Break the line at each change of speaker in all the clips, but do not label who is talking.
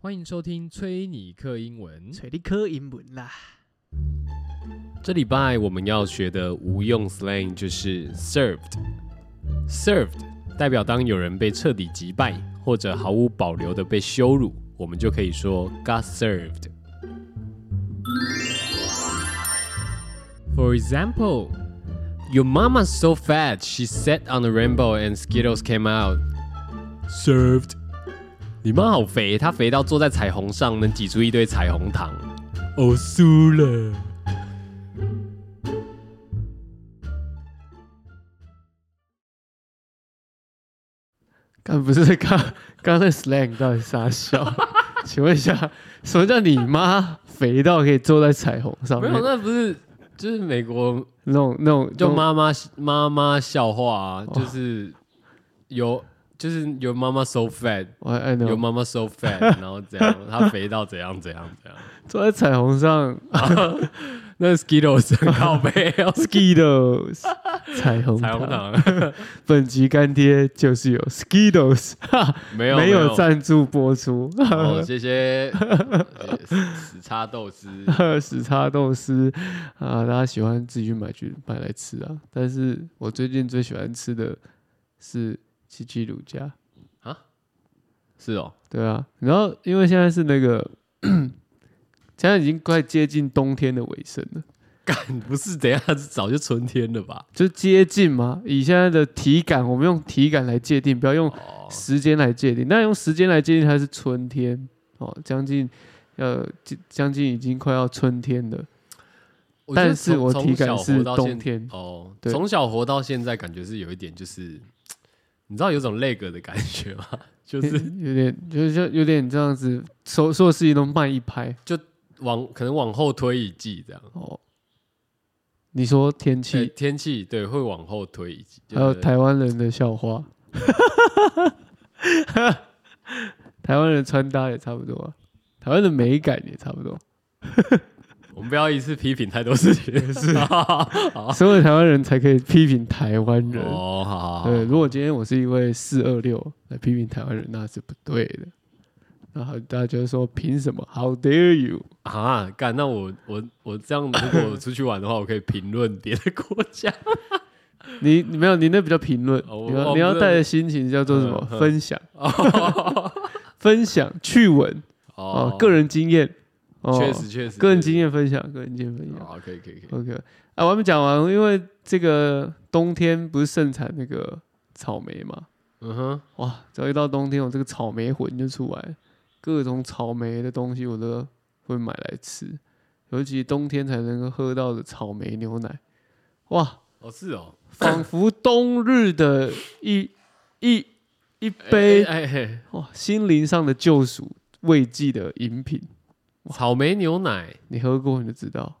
欢迎收听崔尼克英文。
找你考英文啦。
这礼拜我们要学的无用 slang 就是 served。served 代表当有人被彻底击败，或者毫无保留的被羞辱，我们就可以说 got served。For example, your mama's so fat she sat on a rainbow and Skittles came out. Served. 你妈好肥，她肥到坐在彩虹上能挤出一堆彩虹糖。哦，输了。
刚不是刚刚那 slang 到底 啥笑？请问一下，什么叫你妈肥到可以坐在彩虹上
没
面
有，？那不是就是美国
那种那种
就
那种
妈妈妈妈笑话、啊，就是有就是有妈妈 so fat，
我爱那
有
种
妈妈 so fat，然后怎样，她肥到怎样怎样怎样。
坐在彩虹上。
那 Skittles 很靠背 哦
，Skittles 彩虹
彩虹
糖。
糖
本集干爹就是有 Skittles，哈
没有
没
有
有赞助播出。
哦，谢谢死叉豆丝，
时差豆丝啊，大家喜欢自己去买去买来吃啊。但是我最近最喜欢吃的是七七乳加，
是哦，
对啊。然后因为现在是那个，现在已经快接近冬天的尾声了，
干不是等一下早就春天了吧？
就接近嘛。以现在的体感，我们用体感来界定，不要用
哦，
时间来界定。那用时间来界定，它是春天哦，将近呃将将近已经快要春天了。
觉得
但是
从
我
从
体感
小
是
活到
冬
现
天
哦，
对
从小活到现在，感觉是有一点就是，你知道有种那个的感觉吗？就是
有点，就是像有点这样子，所所有事情都慢一拍
往可能往后推一季这样，
哦。你说天气，
呃天气对会往后推一季，
还有
就是
台湾人的 笑话，台湾人穿搭也差不多、啊，台湾的美感也差不多，
我们不要一次批评太多事情，是好
所有台湾人才可以批评台湾人。
哦哦，好好好
对，如果今天我是一位四二六来批评台湾人，那是不对的。然后大家就会说凭什么？How dare you？
啊，干，那我我我这样，如果我出去玩的话，我可以评论别的国家，
你你没有，你那比较评论，
哦我
你要
哦
你
不
要
是
带的心情叫做什么
嗯？嗯
分享，分享趣闻哦，个人经验，哦
确实确实，
个人经
验，
验分享，个人经验分享。
好，可以可以可以，
OK，啊，我还没讲完，因为这个冬天不是盛产那个草莓嘛？
嗯哼，
哇，只要一到冬天，我这个草莓魂就出来了，各种草莓的东西我都会买来吃，尤其冬天才能够喝到的草莓牛奶，哇，
哦是哦，
仿佛冬日的一一一杯
哎哎哎
哇，心灵上的救赎慰藉的饮品。
草莓牛奶，
你喝过你就知道，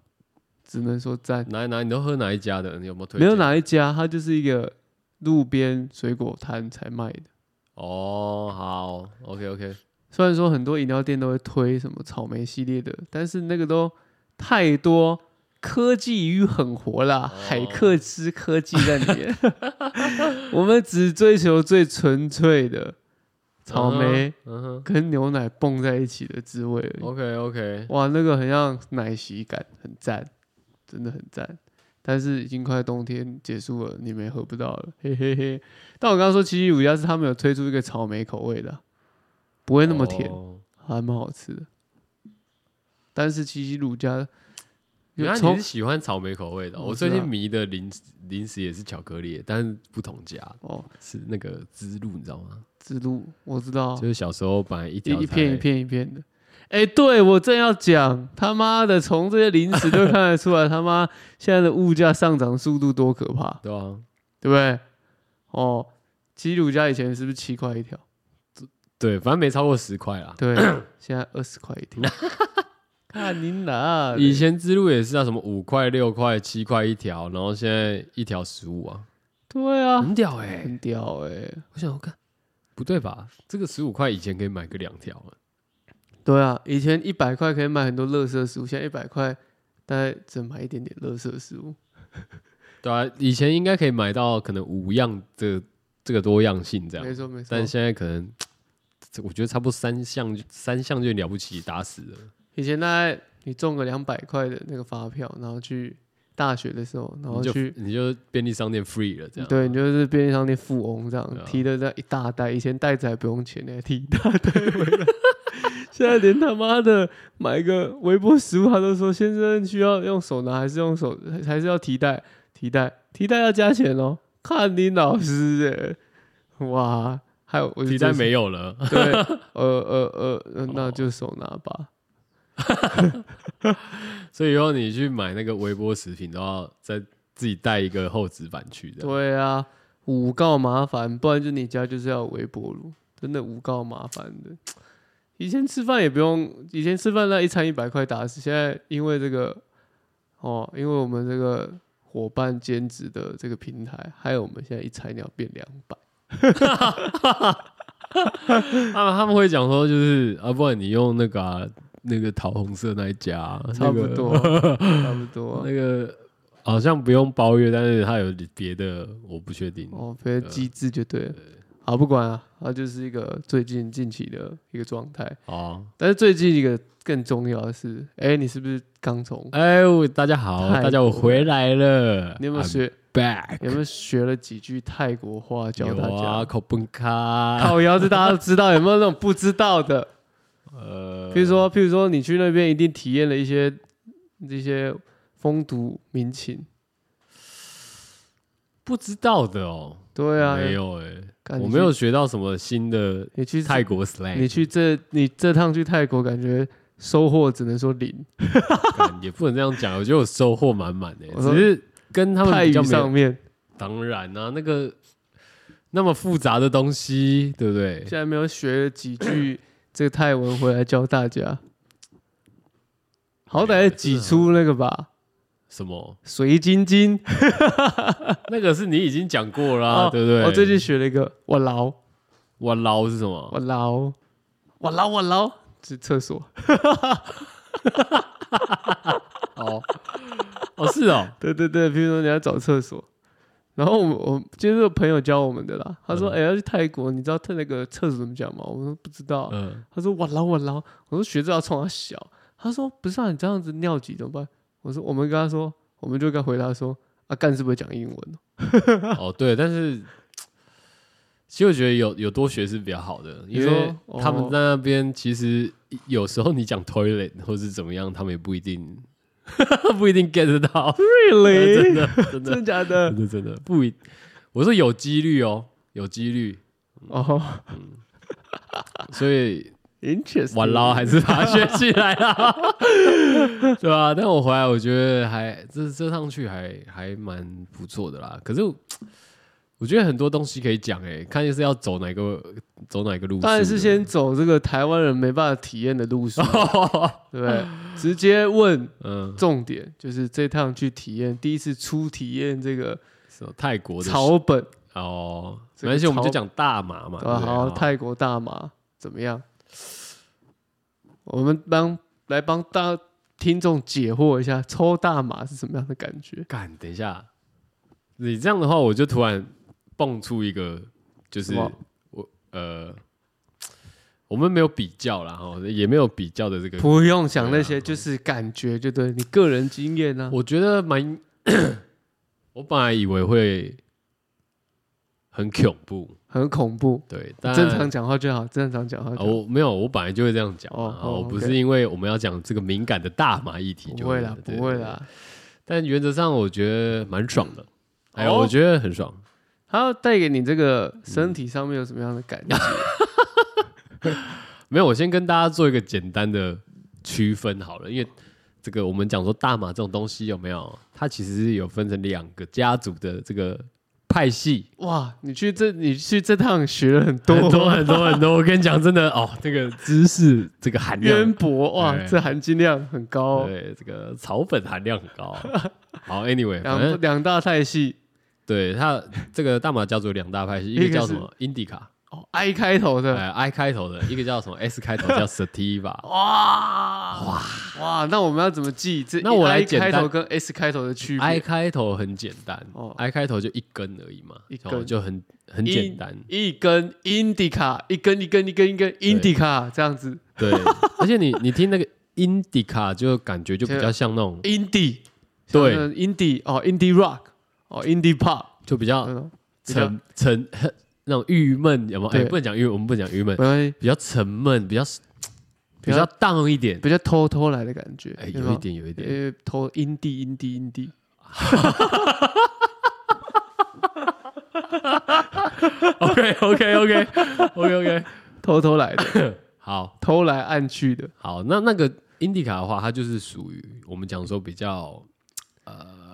只能说赞。
哪哪你都喝哪一家的？你有没有推
没
荐？
有哪一家，它就是一个路边水果摊才卖的。
哦，好，OK OK，
虽然说很多饮料店都会推什么草莓系列的，但是那个都太多科技与狠活啦，
哦
海克斯科技在里 面。我们只追求最纯粹的草莓。
嗯哼
跟牛奶蹦在一起的滋味而已。
，OK OK，
哇，那个很像奶昔感，很赞，真的很赞。但是已经快冬天结束了，你们也喝不到了，嘿嘿嘿。但我刚刚说七七五家是他们有推出一个草莓口味的啊，不会那么甜，
哦
还蛮好吃的。但是七七乳家，
原来你
从
是喜欢草莓口味的哦。
嗯
我最
是
近
啊
迷的零食零食也是巧克力，但是不同家，
哦，
是那个芝露，你知道吗？
之路我知道啊，
就是小时候买一
一
条
一片一
才
片一片的。哎、对我正要讲，他妈的，从这些零食都看得出来，他妈现在的物价上涨速度多可怕，
对啊，
对不对？哦，基鲁家以前是不是七块一条？
对，反正没超过十块啦。
对，啊 现在二十块 一条。看你哪的，
以前之路也是啊，什么五块、六块、七块一条，然后现在一条十五啊，
对啊，
很屌哎、
很屌哎、
我想我看，不对吧？这个十五块以前可以买个两条欸了。
对啊，以前一百块可以买很多乐色食物，现在一百块大概只能买一点点乐色食物。
对啊，以前应该可以买到可能五样这这个多样性这
没
样，
错没错
但，现在可能这我觉得差不多三项就三项就了不起，打死了。
以前大概你中个两百块的那个发票，然后去大学的时候，然后
你就
去
你就便利商店 free 了，这样
对你就是便利商店富翁
对
这
啊
样，提的这样一大袋，以前袋子还不用钱呢，还提一大袋回来。 现在连他妈的买一个微波食物，他都说先生需要用手拿还是用手，还还是要提袋？提袋提袋要加钱哦，看你老师哎，哇！还有我就
提袋
觉得
没哦有了，
对，呃呃呃呃，那就手拿吧。
所以以后你去买那个微波食品都要再自己带一个厚纸板去的。
对啊，五告麻烦，不然就你家就是要有微波炉，真的五告麻烦的。以前吃饭也不用，以前吃饭那一餐一百块打死，现在因为这个哦，因为我们这个伙伴兼职的这个平台，还有我们现在一餐要变两百，
啊他们他们会讲说，就是啊，不然你用那个啊、那个桃红色那一家啊，
差不多， 差不
那
多
个、那。个好像不用包月，但是它有别的，我不确定。
哦，非常机智就对了。好，不管啊，它就是一个最近近期的一个状态。
哦，
但是最近一个更重要的是，哎、你是不是刚从？
哎，我大家好，
泰国
大家我回来了，
你有没有
I'm
学？
back？
有没有学了几句泰国话教
有
大
啊，
家？
口崩卡，
烤窑这大家都知道，有没有那种不知道的？
呃，
譬如说，譬如说，你去那边一定体验了一些这些风土民情。
不知道的哦，
对啊，
没有哎、
干，
我
你
没
去
有。学到什么新的
你去
泰，国 slang，
你去这，你这趟去泰国，感觉收获只能说零。
干也不能这样讲，我觉得我收获满满的，
我
只
说
是跟他们
泰
比
语
较没有哎
上面
当然啊，那个那么复杂的东西，对不对
现？在没有学了几句 这个泰文回来教大家，好歹也挤出那个吧，
什么？
水晶晶。
那个是你已经讲过啦、
哦
对不对？
我最近学了一个，我老。
我捞是什么？
我捞，我捞，我捞，是厕所。
哦哦是 哦，
对对对，比如说你要找厕所，然后我们我就是有朋友教我们的啦。他说：“
嗯
哎、要去泰国，你知道他那个厕所怎么讲吗？”我说：“不知道。
嗯，
他说：“我捞，我捞。”我说：“学这要冲他小。”他说：“不是啊，你这样子尿急怎么办？”我说：“我们跟他说，我们就跟他回答说，啊，干是不会讲英文哦。
哦对，但是其实我觉得有有多学是比较好的，因为
你说
他们
哦
在那边其实有时候你讲 toilet 或是怎么样，他们也不一定 不一定 get 得 到，真
”Really？
的嗯真的
真的假的
真？的真的不一，我说有几率哦，有几率，
哦
所以
，interesting。
晚捞还是把它学起来 了，对吧、但我回来，我觉得还这这趟去还还蛮不错的啦。可是我我觉得很多东西可以讲诶、看是要走哪个走哪个路数的。
当然是先走这个台湾人没办法体验的路数，对不对？直接问
嗯，
重点就是这趟去体验，第一次初体验这个
什么泰国的
草本，
哦，
这
没
个
关系，我们
草
就讲大麻嘛。
对
对
吧？
不对啊哦
好，泰国大麻怎么样？我们帮来帮大听众解惑一下，抽大麻是什么样的感觉？
干，等一下，你这样的话，我就突然蹦出一个，就是
什么
我呃，我们没有比较啦，哈，也没有比较的这个，
不用想那
啊对啊
些，就是感觉，就对你个人经验啊呢、
我觉得蛮， 我本来以为会很恐怖，
很恐怖。
对，但
正常讲话就好，正常讲话就
啊，
好。
我没有，我本来就会这样讲嘛，
哦
啊
哦
我不
OK
是因为我们要讲这个敏感的大麻议题，
不会啦，不会。啦。
但原则上，我觉得蛮爽的，哎呀，
哦
我觉得很爽。
它要带给你这个身体上面有什么样的感觉？
没有，我先跟大家做一个简单的区分好了，因为这个我们讲说大麻这种东西有没有，它其实是有分成两个家族的这个派系，
哇，你去这你去这趟学了很多，
很多很多很多。我跟你讲，真的哦，这个知识这个含
渊
量，
博哇，
对
这含金量很高、哦。
对这个草本含量很 高。好，anyway，反正
两两大派系，
对它这个大麻家族有两大派系，一
一
个
个
叫什
是
么 Indica，
哦，I 开头的，
呃，I 开头的，一个叫什么 S 开头 叫 Sativa，
哇哇哇！那我们要怎么记这？
那我来简单
开头跟 S 开头的区
I
别。
开头很简单、
哦
i 开头就一根而已嘛，
一
就
根
就很很
一
简单。
一根 indica，一根一根一根一根 indica 这样子
对， 而且你你听那个 Indica 就感觉就比较像那种，
，indie
对啊
像那种，indie 哦，indie rock 哦，indie pop
就比较
那种，嗯比较
沉沉 那种郁闷，有吗？哎、
对
不能讲郁闷，我们不能讲郁闷
没，关系，
比较沉闷，比较比
比
较
较
荡一点。
比较偷偷来的感觉，
哎、
有没
有一点，有一点。
呃，偷 indie indie indie，
OK OK OK OK OK，
偷偷来的，
好
偷来暗去的，
好，那那个 Indica 的话，它就是属于我们讲说比较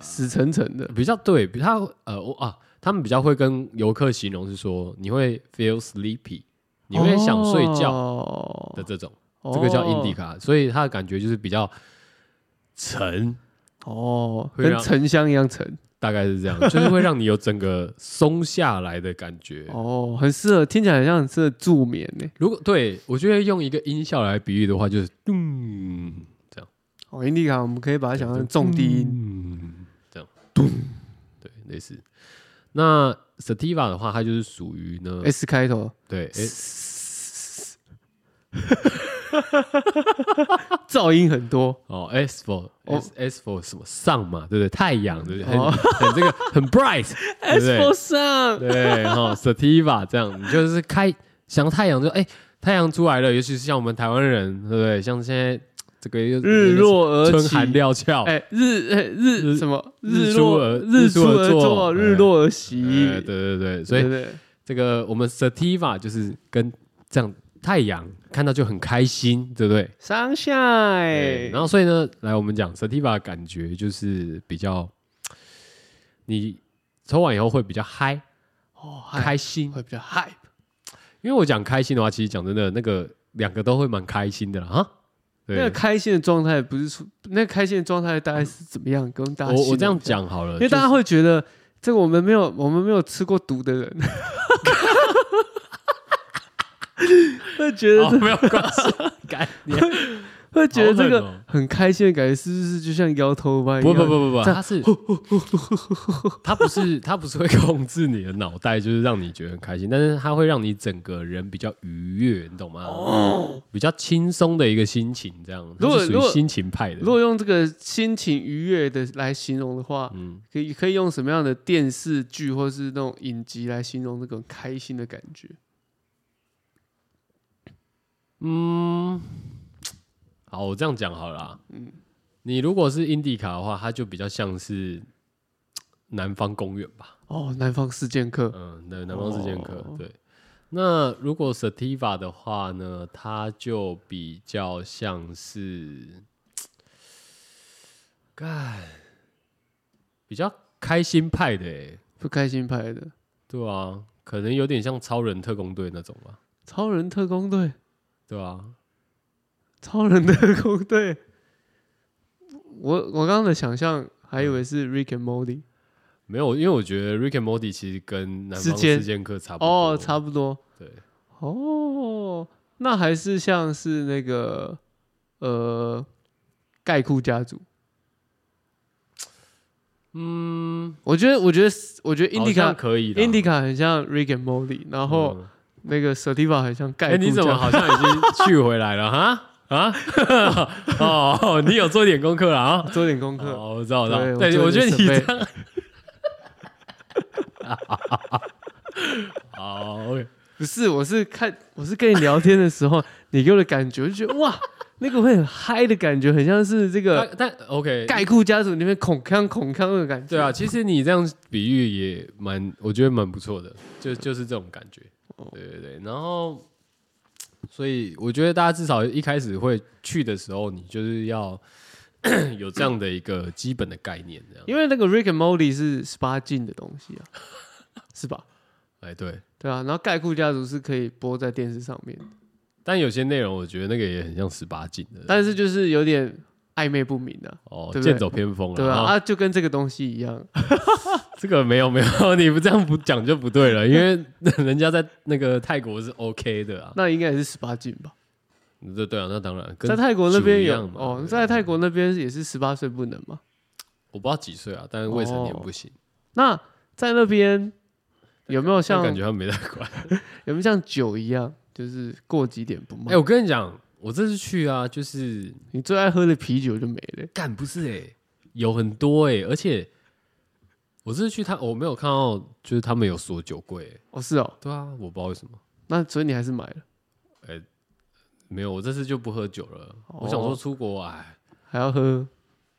死沉沉的，
比较对，比他呃我啊，他们比较会跟游客形容是说，你会 feel sleepy，你会想睡
哦
觉
觉
的这种，这个叫
哦
indica，所以它的感觉就是比较沉，
哦，
会
跟
让
沉香一样沉
大概是这样，就是会让你有整个松下来的感觉。
哦，很适合，听起来很像很适合助眠呢。
如果对我觉得用一个音效来比喻的话，就是咚这样，
哦，印第卡我们可以把它想象重低音，
音，这样咚，对，类似。那 sativa 的话，它就是属于呢，
S 开头，
对，诶
噪音很多，
哦，S for
哦
S S for 什么上嘛，对不对？太阳，对不对？很
哦
很这个很 bright，对不
S
对
for？上，
对，哈，sativa 这样，你就是开想太阳就哎，太阳出来了，尤其是像我们台湾人，对不对？像现在这个又
日落而
春
起，
寒料峭，
哎，日哎
日
日什么
日
日
出
落
而日
日
出
出
而
而
作
作，
哎
日落而
哎对
息，
对对，所
对
以
对，
这个我们 sativa 就是跟这样太阳看到就很开心，对不对？
上
对，然
下，
后所以呢，来我们讲 sativa 的感觉就是比较，你抽完以后会比较嗨，
哦，嗨
开心。
会比较 hype，
因为我讲开心的话，其实讲真的，那个两个都会蛮开心的啦。哈，对，
那个开心的状态不是出，那个开心的状态大概是怎么样？跟大家
我我
形
这样
容一下，
讲好了，
因为大家会觉得这个我们没有我们没有吃过毒 的人，会觉
就是
得
哦、没有关系， 感觉
会觉得
好
这
狠
个
哦
很开心的感觉，是不是就像摇头丸一
不
样？
不不不不，
这样
它 是它不是它不是会控制你的脑袋，就是让你觉得很开心，但是它会让你整个人比较愉悦，你懂吗？比较轻松的一个心情，这样。它
哦如果
是属
如
于
果
心情派的，
如果用这个心情愉悦的来形容的话，
嗯
可以可以用什么样的电视剧或是那种影集来形容那种开心的感觉？
嗯，好，我这样讲好了啦。嗯，你如果是 Indica 的话，它就比较像是南方公园吧。
哦，南方四剑 客，
嗯，对，南方四剑客。
哦
对，那如果 Sativa 的话呢，它就比较像是，干，比较开心派的、欸，
不开心派的
对啊，可能有点像超人特工队那种吧，
超人特工队，
对啊，
超人特工队。我我刚刚的想象还以为是
嗯
Rick and Morty，
没有，因为我觉得 Rick and Morty 其实跟南方
之间
四剑客差不多
哦，差不多
对，
哦，那还是像是那个呃盖库家族。
嗯，
我觉得，我觉得，我觉得
好像
Indica
可以啦
Indica 很像 Rick and Morty，然后
嗯
那个 Sativa 很像
哎、
盖库
你
家族。
怎么好像已经去回来了 哈？啊，哦，你有做点功课了啊？
做点功课？
哦，我知道，我知道
对，我
对，
做
我觉得
点
你这
准备
样，好，OK，
不是，我是看，我是跟你聊天的时候，你给我的感觉，我就觉得哇，那个会很嗨的感觉，很像是这个
但但 OK，
盖库家族里面孔康孔康的感觉。
对啊，，其实你这样比喻也蛮，我觉得蛮不错的，就就是这种感觉。
哦
对对对，然后，所以我觉得大家至少一开始会去的时候，你就是要 有这样的一个基本的概念，这样。
因为那个 Rick and Morty 是十八禁的东西啊， 是吧？
哎，对，
对啊，然后盖库家族是可以播在电视上面的，
但有些内容我觉得那个也很像十八禁的，
但是就是有点暧昧不明啊，
哦，
对不对
剑走偏锋了，
对吧、
哦
啊，就跟这个东西一 样，
这个没有没有， 你不这样不讲就不对了，因为 人家在那个泰国是 OK 的啊。
那应该也是十八禁吧？
对对啊，那当然，跟
在泰国那
酒
边
一
有
样嘛
哦，
对啊
在泰国那边也是十八岁不能嘛？
我不知道几岁啊，但是未成年不行。
那在那边有没有
但
哦像
感觉他们没在管。
有没有像酒一样，就是过几点不卖？
哎，我跟你讲，我这次去啊，就是
你最爱喝的啤酒就没了、
干不是哎、有很多哎、而且我这次去他，我没有看到，就是他们有锁酒柜、欸。
哦，是哦，
对啊，我不知道为什么，
那所以你还是买了，
没有，我这次就不喝酒了。我想说出国哎，
还要喝，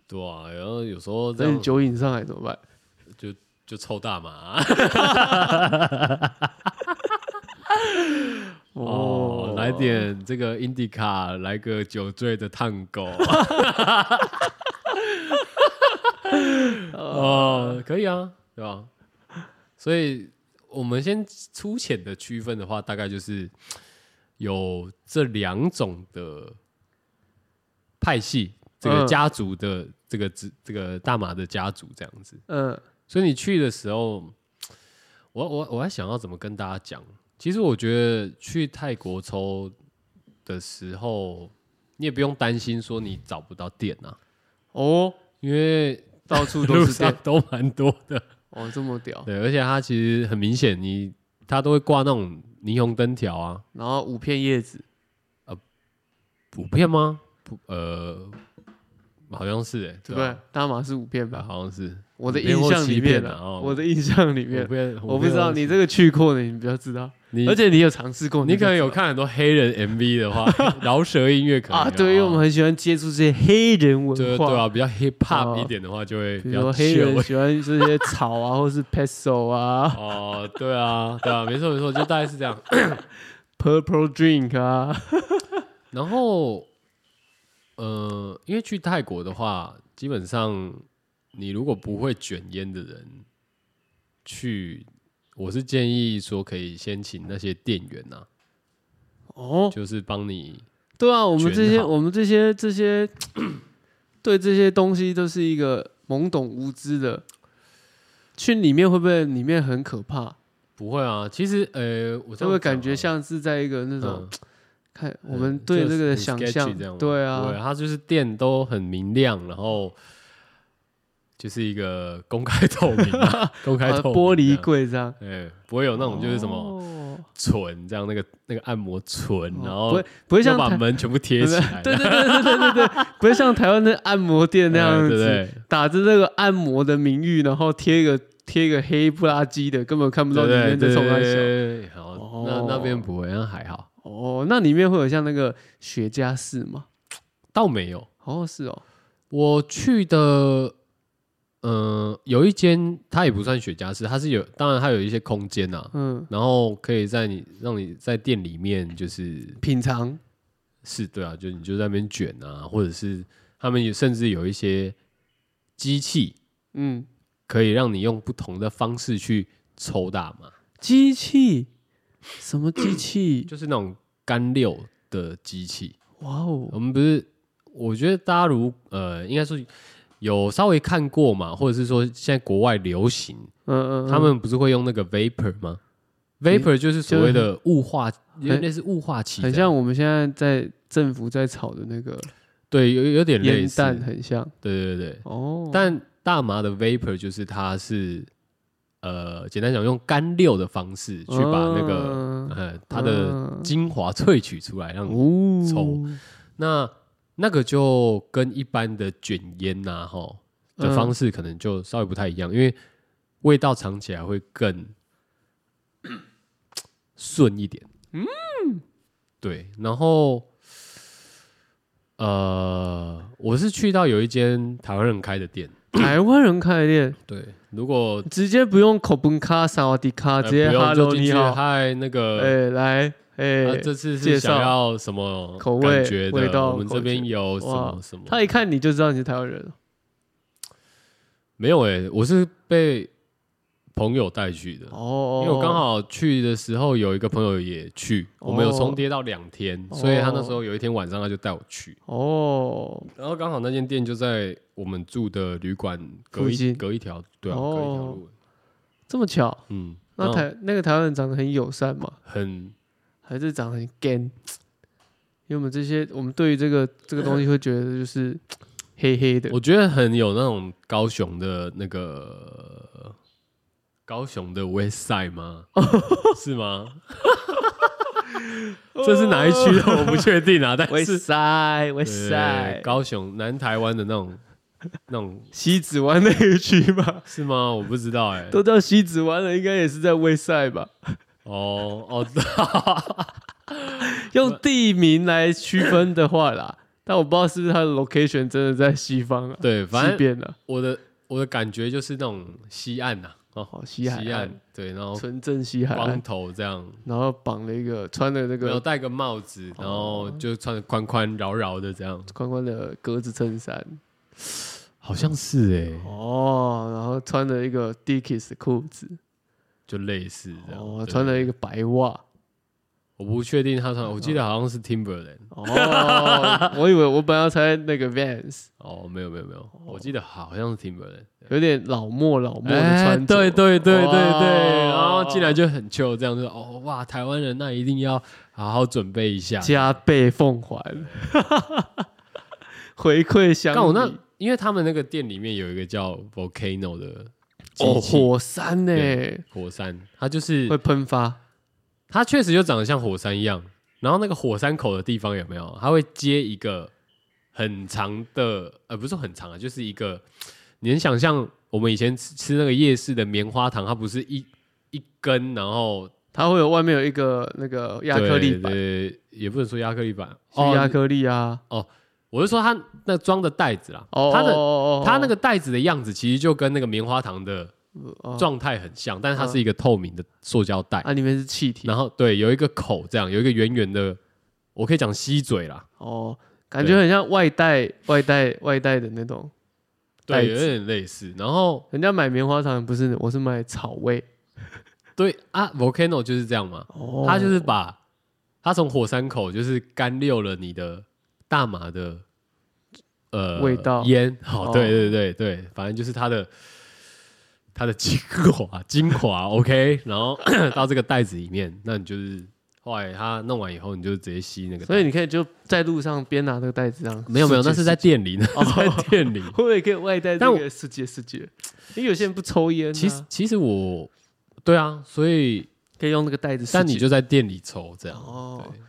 对啊，然后有时候这
等你
样
酒瘾上来怎么办？
就抽大麻。哦，来点这个 indica，来个酒醉的探狗。哦，可以啊，对吧？所以我们先粗浅的区分的话，大概就是有这两种的派系，这个
嗯
家族的这个这这个大麻的家族这样子。
嗯，
所以你去的时候，我我我还想要怎么跟大家讲。其实我觉得去泰国抽的时候，你也不用担心说你找不到店啊，
哦，
因为
到 处
路
都是
上
店，
都蛮多 的。
哦，这么屌，
对，而且它其实很明显，你它都会挂那种霓虹灯条啊，
然后五片叶子，
普遍吗？不，呃，好像是、欸，
对不对？大麻是五片
啊
吧？
好像是。
我的
五片
印
或
象
七
里面
片啊
啊
哦
我的印象里
我
面，
不
我不知道你这个去过的，你比较知道，
你
而且你有尝试过，
你
就
可能有
知道
看很多黑人 MV 的话， 饶舌音乐可能
啊？
有
对，因为我们很喜欢接触这些黑人文
对
化，
对啊，比较 hip hop
哦
一点的话，就会
比
比
如
较
说黑人
chill
喜欢这些草啊，或是 peso 啊
哦，对啊，对啊，没错没错，就大概是这样。
，purple drink 啊，
然后，呃，因为去泰国的话，基本上你如果不会卷烟的人去，我是建议说可以先请那些店员呐、
哦，
就是帮你
对啊，我们这
卷
些
好
我们这些这些对这些东西都是一个懵懂无知的，去里面会不会里面很可怕？
不会啊。其实，呃，我这
就
样讲
会感觉
好了
像是在一个那种、
嗯
看
嗯
我们对这个的
就是
想
很 sketchy 这
象，
样
对
对，
啊，
它就是店都很明亮，然后就是一个公开透明啊、 公开
呃
透明
玻璃
这样，
柜这样，
哎，不会有那种就是什么
哦
唇这样，那个那个按摩唇，然后
不会不会
要
像
把
台
门全部贴
对
起
对
来，
对对对对对对，不会像台湾的按摩店那
哎
样
对不
子，
对？
打着那个按摩的名誉，然后贴一个贴一个黑不拉几的，根本看不到里
对
面在
对
冲啥小。
对，好，那那边
哦
不会，那还好，
哦，那里面会有像那个雪茄室吗？
倒没有。
哦，是哦，
我去的，嗯，有一间它也不算雪茄室，它是有，当然它有一些空间啊呐，
嗯，
然后可以在你让你在店里面就是
品尝
是对啊，就你就在那边卷啊，或者是他们也甚至有一些机器
嗯，
可以让你用不同的方式去抽大麻，
机器，什么机器？
就是那种干溜的机器。
哇哦，
我们不是，我觉得大家如呃，应该说有稍微看过嘛，或者是说现在国外流行，
嗯嗯，
他们不是会用那个 vapor 吗？vapor 就是所谓的雾化，有
很
类似雾化器这
很
样，
像我们现在在政府在炒的那个
对，有有点类
烟
似，
弹，很像
对对对。
哦，
但大麻的 vapor 就是它是呃，简单讲用干溜的方式去把那个、
嗯
呃它的
嗯
精华萃取出来，让你、
哦
抽那那个就跟一般的卷烟呐、吼的
嗯
方式可能就稍微不太一样，因为味道尝起来会更顺一点。嗯，对。然后呃，我是去到有一间台湾人开的店。
台湾人开的店，
对，如果
直接不用口本卡、萨瓦迪卡，
呃
直啊接
不用就
Hello
进
你
去，
好，
嗨，那个，
哎来
呃
哎，
这次是
介
想
绍
要什么
口
感
味
觉的
味道
我们这
口
边
觉
有什
哇
么什么？
他一看你就知道你是台湾人了，
没有哎、我是被朋友带去的，
哦，
因为我刚好去的时候有一个朋友也去，我们有
哦
重叠到两天，所以他那时候有一天晚上他就带我去，
哦，
然后刚好那间店就在我们住的旅馆隔
附
一
近
隔一条，对啊，
哦
隔一条路，
这么巧，
嗯，然
那
后
台那个台湾人长得很友善嘛，
很
还是长得很 gay？因为我们这些，我们对于这个这个东西会觉得就是黑黑的，
我觉得很有那种高雄的那个高雄的 West Side 吗？是吗？这是哪一区的？我不确定 啊，但
喂
是
塞喂
对
塞，
高雄南台湾的那种那种
西子湾那个区吧，
是吗？我不知道哎、
都叫西子湾了，应该也是在喂塞吧？
哦哦，
用地名来区分的话啦，但我不知道是不是它的 location 真的在西方啊，
对，
西
反正
边啊，
我的我的感觉就是那种西岸呐、哦，
哦，西海岸，
对，然后
纯正西海
光
岸，
头这样，
然后绑了一个穿的那
没有
个哦
戴个帽子，然后就穿的宽宽饶饶的这样，
宽宽的格子衬衫，
好像是哎、
哦，然后穿了一个 Dickies 的裤子，
就类似这样。
哦，
对
穿了一个白袜，
我不确定他穿，我记得好像是 Timberland。
哦， 我以为我本来要猜那个 Vans，
哦，没有没有没有，我记得好像是 Timberland。
有点老墨老墨的
哎
穿着，
对对对对对，
哦
然后进来就很 chill，这样就哦哇，台湾人那一定要好好准备一下。
加倍奉 还，回馈乡
但我那
里。
因为他们那个店里面有一个叫 Volcano 的
哦，
机器
火
欸
山呢、
对火山，它就是
会喷发
它确实就长得像火山一样。然后那个火山口的地方有没有？它会接一个很长的，呃，不是很长啊，就是一个，你能想象我们以前吃吃那个夜市的棉花糖，它不是一一根，然后
它会有外面有一个那个亚克力板，
对哦对也不能说亚克力板，
是亚克力啊。
我是说它那装的袋子啦，
哦，
它
哦
的
哦哦
它那个袋子的样子其实就跟那个棉花糖的
哦嗯
状态很像，但是它是一个透明的塑胶袋，
啊，里面是气体
然后对，有一个口这样，有一个圆圆的，我可以讲吸嘴啦，
哦，感觉很像外带外带外带的那种。
对，
袋
有
子
点类似。然后
人家买棉花糖不是，我是买草味。
对啊，volcano 就是这样嘛，
哦
它就是把它从火山口就是干溜了你的大麻的呃
味道
烟，好、
哦
对对对对，反正就是它的。它的精华， 精华，OK，然后 到这个袋子里面，那你就是后来它弄完以后，你就直接吸那个袋子。
所以你可以就在路上边拿这个袋子这样。
没有没有，
世界
那是在店里，那是在店里。
会不会可以外带
但
这
我
个世界世界？因为有些人不抽烟 啊，
其实其实我，对啊，所以
可以用那个袋子世界。
但你就在店里抽这样。
哦
对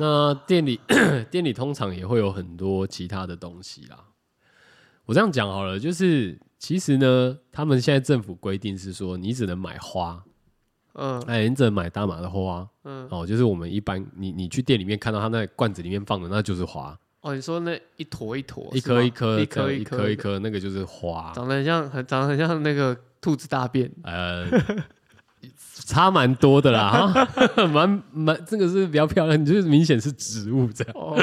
那店里 店里通常也会有很多其他的东西啦。我这样讲好了，就是其实呢，他们现在政府规定是说，你只能买花，
嗯
哎，你只能买大麻的花
嗯
哦，就是我们一般你你去店里面看到它那罐子里面放的，那就是花，
哦，你说那一坨一坨，
一
哦是吗
颗一颗
一
这样
颗
一
颗
颗
的
一颗，那个就是 花。
长得很像，很长得很像那个兔子大便。
呃，差蛮多的啦，哈 蛮蛮这个是比较漂亮，就是明显是植物这样，
哦，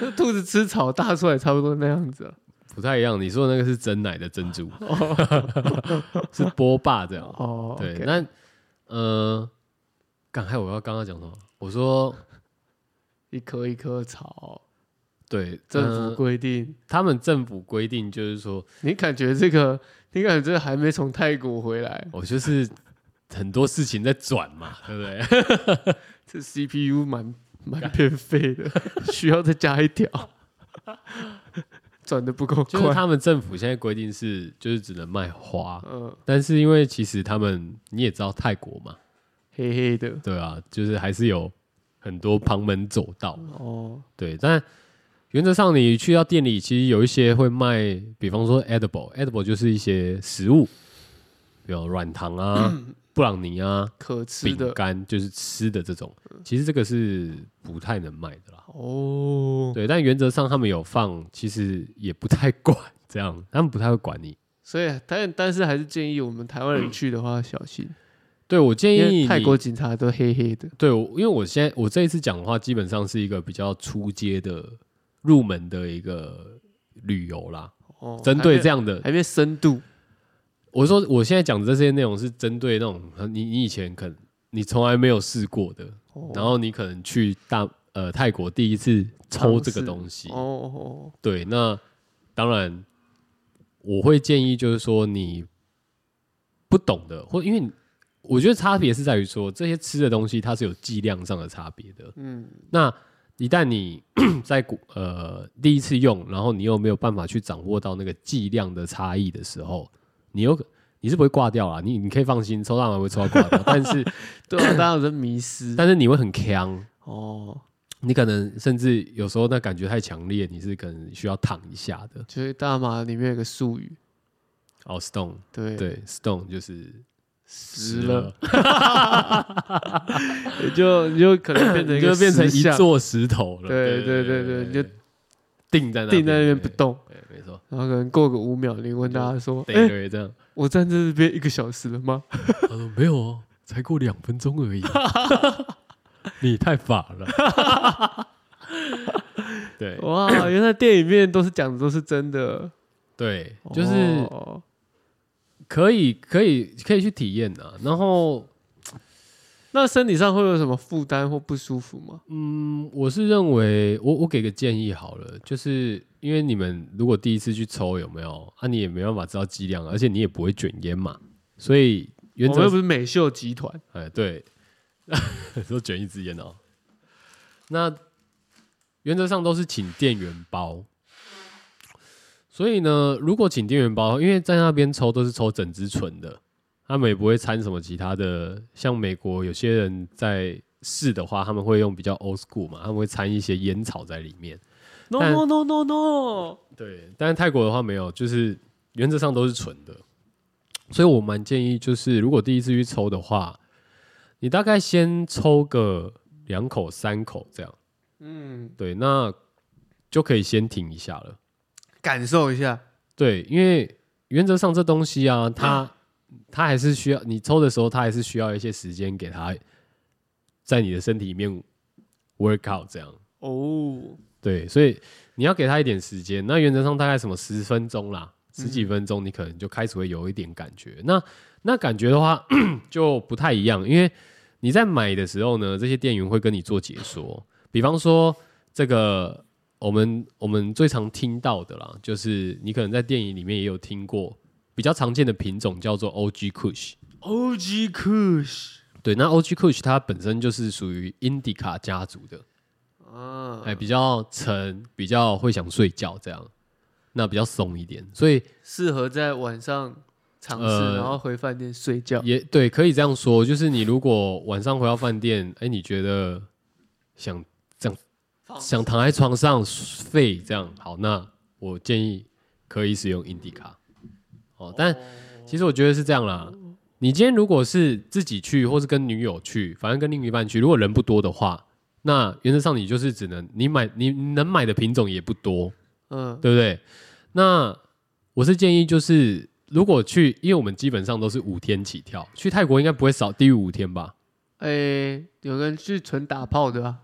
那 兔子吃草大出来差不多那样子啊。
不太一样。你说的那个是真奶的珍珠，是波霸这样。
哦，
对
OK
那呃，刚才我要刚刚讲什么？我说
一颗一颗草，
对
政府、
呃
规定。
他们政府规定就是说，
你感觉这个，你感觉这个还没从泰国回来，
我哦就是很多事情在转嘛，对不对？
这 CPU 蛮蛮偏 废的，需要再加一条，转的不够
就是
快。
他们政府现在规定是，就是只能卖花，
嗯，
但是因为其实他们你也知道泰国嘛，
黑黑的。
对啊，就是还是有很多旁门左道，
哦，
对。但原则上，你去到店里，其实有一些会卖，比方说 edible，edible 就是一些食物，有软糖啊、布朗尼啊、
可嗯吃
饼
的。嗯
干，就是吃的这种。其实这个是不太能卖的啦。
哦，
对，但原则上他们有放，其实也不太管这样，他们不太会管你。
所以但但是还是建议我们台湾人去的话要小心，
对我建
因
议
为
你
泰国警察都黑黑的。
对，我因为我现在我这一次讲的话，基本上是一个比较出街的入门的一个旅游啦，
哦，
针
还没
对
有
这样的，
还没深度。
我说我现在讲的这些内容是针对那种你你以前可能你从来没有试过的，
哦
然后你可能去大呃泰国第一次抽这个
尝试
东西，
哦
对，那当然我会建议就是说你不懂的，或因为你我觉得差别是在于说这些吃的东西它是有剂量上的差别的。嗯，那一旦你 在国呃第一次用，然后你又没有办法去掌握到那个剂量的差异的时候，你有可你是不会挂掉啊，你你可以放心，抽大麻会抽到挂掉，但是
对啊，大家有在迷失
但是你会很呛，
哦，
你可能甚至有时候那感觉太强烈，你是可能需要躺一下的。
就是大麻里面有个术语，
哦，stone，
对，
对，stone 就是
死了，，你就你就可能变成
你
一
就
个
变成一
石像
座石头了。
对
对
对对
对
对
定在那
定在那边
对
不动，
对，没错，
然后可能过个五秒，你问大家说，
对
哎，
对这样。
我站在这边一个小时了吗？
他说没有哦，才过两分钟而已， 你太法了。对
哇，原来电影里面都是讲的都是真的，
对， 就是。
哦
可以可以可以去体验的、然后，
那身体上会有什么负担或不舒服吗？
嗯，我是认为我我给个建议好了，就是因为你们如果第一次去抽有没有啊，你也没办法知道剂量，而且你也不会卷烟嘛，所以原
我们
则
又不是美秀集团，
哎对， 说卷一支烟哦。那原则上都是请店员包，所以呢，如果请店员包，因为在那边抽都是抽整支纯的，他们也不会掺什么其他的。像美国有些人在试的话，他们会用比较 old school 嘛，他们会掺一些烟草在里面。
No
但
no no no no！
对，但是泰国的话没有，就是原则上都是纯的，所以我蛮建议，就是如果第一次去抽的话，你大概先抽个两口、三口这样，
嗯，
对，那就可以先停一下了。
感受一下，
对，因为原则上这东西啊，它它还是需要你抽的时候，它还是需要一些时间给它在你的身体里面 work out 这样。
哦，
对，所以你要给他一点时间。那原则上大概什么十分钟啦，十几分钟，你可能就开始会有一点感觉。那那感觉的话 就不太一样，因为你在买的时候呢，这些店员会跟你做解说。比方说，这个我们我们最常听到的啦，就是你可能在电影里面也有听过，比较常见的品种叫做 OG Kush。
OG Kush
对，那 OG Kush 它本身就是属于 Indica 家族的，
啊，
哎，比较沉，比较会想睡觉这样，那比较松一点，所以
适合在晚上尝试，
呃
然后回饭店睡觉。
也对，可以这样说，就是你如果晚上回到饭店，哎，你觉得想想躺在床上废这样，好，那我建议可以使用 Indica 哦，但其实我觉得是这样啦。你今天如果是自己去，或是跟女友去，反正跟另一半去，如果人不多的话，那原则上你就是只能你买你你能买的品种也不多，
嗯，
对不对？那我是建议，就是如果去，因为我们基本上都是五天起跳，去泰国应该不会少低于五天吧？
哎、有个人去纯打炮的、啊，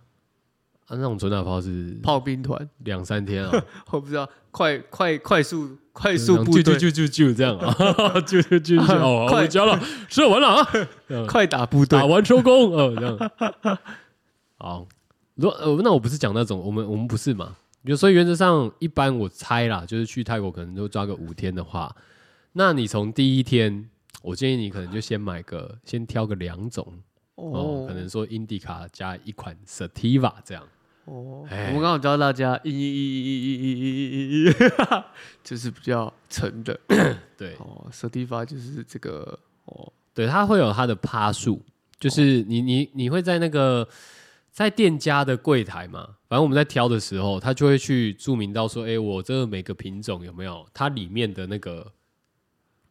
啊，那种纯打炮是
炮兵团，
两三 天啊，
我不知道，快快快速快
就是那
速
种
部队，
啾啾啾啾啾这样啊， 啾啾 啾啾哦，
快
回家了，射完了啊，
快打部队
打，完收工，哦，这样。 好，如果呃，那我不是讲那种，我们我们不是嘛？就所以原则上，一般我猜啦，就是去泰国可能就抓个五天的话，那你从第一天，我建议你可能就先买个，先挑个两种哦，可能说 Indica 加一款 Sativa 这样。
哦，
哎
我们刚好教大家一一一一一一一一，就是比较沉的
对
哦。舍蒂法就是这个哦，
对，它会有它的趴数，就是你你你会在那个在店家的柜台嘛，反正我们在挑的时候，他就会去注明到说，哎，我这个每个品种有没有它里面的那个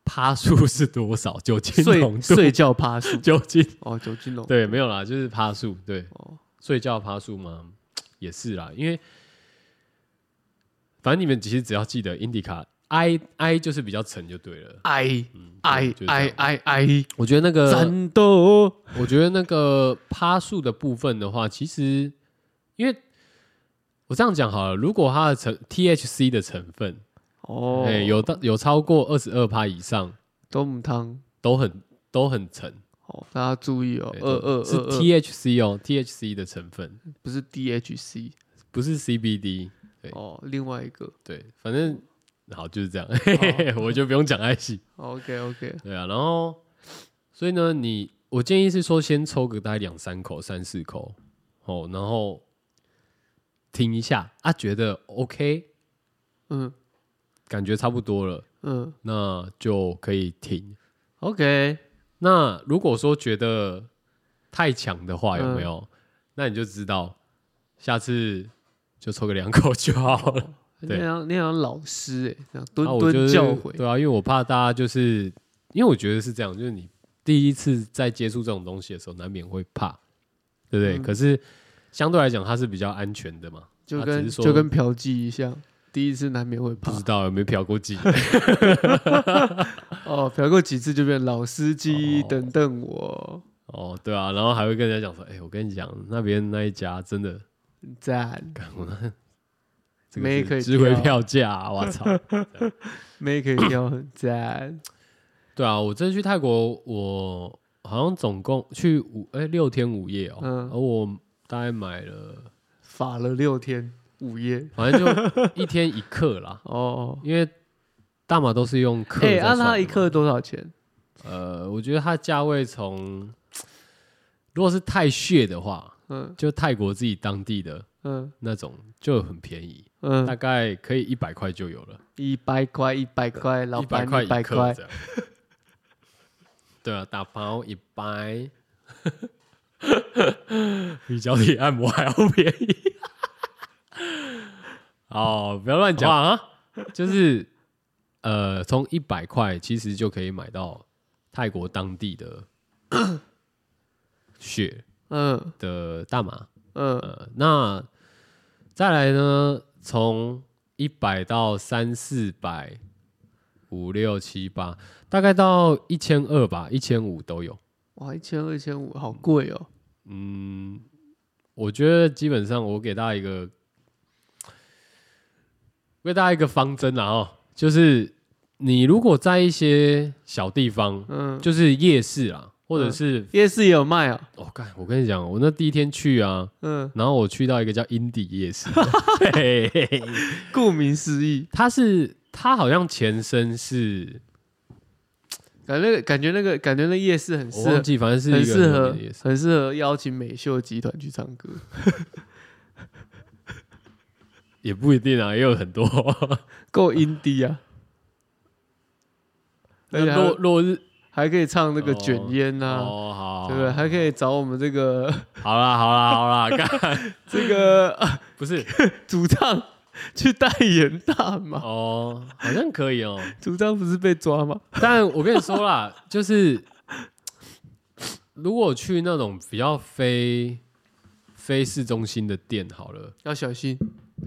趴数是多少，酒精浓
睡
度，
睡觉趴树
酒精
哦，酒精浓
对，没有啦，就是趴数，对，
哦
睡觉趴数吗？也是啦，因为反正你们其实只要记得 Indica I I 就是比较沉就对了。嗯对
，I I
就是这
I
样
I I
我觉得那个
战斗
我觉得那个趴数的部分的话，其实因为我这样讲好了，如果它的成 THC 的成分，哎、
哦，
有到有超过二十二趴以上，
都母汤
都很都很沉，哎
哦，大家注意哦
对，
二二
是
二二
THC 哦，THC 的成分
不是 DHC
不是 CBD，对
哦，另外一个
对，反正好就是这样，嘿嘿
哦
嘿，我就不用讲太细。
OK OK，
对啊，然后所以呢，你我建议是说先抽个大概两三口、三四口哦，然后听一下啊，觉得 OK，
嗯
感觉差不多了，
嗯
那就可以停。
，OK，
那如果说觉得太强的话，有没有？那你就知道下次就抽个两口就好了。
你
对
好像你好像老师哎、这样蹲
啊我就
蹲
是
教诲，
对啊，因为我怕大家就是，因为我觉得是这样，就是你第一次在接触这种东西的时候，难免会怕，对不对？
嗯
可是相对来讲，它是比较安全的嘛。
就
啊
跟
只是说
就跟嫖妓一样，第一次难免会
不
怕
知道有没有嫖过妓？
哦，嫖过几次就变老司机，
哦
等等我
哦，对啊，然后还会跟人家讲说，哎、我跟你讲，那边那一家真的，
赞，
干我那这个
妹可以
是值回
挑
票价、啊，我 操！
妹可以挑很赞，
对啊，我这次去泰国，我好像总共去五哎、六天五夜哦，
嗯
而我大概买了，
法了六天五夜
反正就一天一克啦。
哦。
因为大麻都是用克
哎，
在
按
算的嘛。
他一克多少钱？
呃，我觉得它价位从，如果是泰血的话，
嗯
就泰国自己当地的
嗯
那种就很便宜，大
嗯，
概可以一百块就有了，
一百块，一百块，老
一百
板
块
一百
一克
块
这，样。 对啊，打包一百， 比脚底按摩还要便宜。 哦，不要乱讲话啊！就是呃，从一百块其实就可以买到泰国当地的血
嗯
的大麻。
嗯
呃，那再来呢，从一百到三四百、五六七八，大概到一千二吧，一千五都有。
哇，一千二千五，好贵哦。
嗯，我觉得基本上我给大家一个，我给大家一个方针啦哦，就是你如果在一些小地方，
嗯，
就是夜市啦，或者
嗯
是
夜市也有卖哦。
我干、我跟你讲，我那第一天去啊，
嗯，
然后我去到一个叫 Indie 夜市，嘿嘿嘿
顾名思义，
它是它好像前身是，
感觉感觉那个感觉那夜市很
我
适合
忘，记，反正是
很
一个
适
很有
合
名的夜市。
很适合邀请美秀集团去唱歌。
也不一定啊，也有很 多
够 indie 啊，而且还
落落日
还可以唱那个卷烟呐、
哦，好，
啊啊，对不对？还可以找我们这个
好啦，好啦，好啦，干
这个、 啊
不是
主唱 去代言大麻，
哦，好像可以哦，
主唱不是被抓吗？
但我跟你说啦，就是如果去那种比较非非市中心的店好了，
要小心，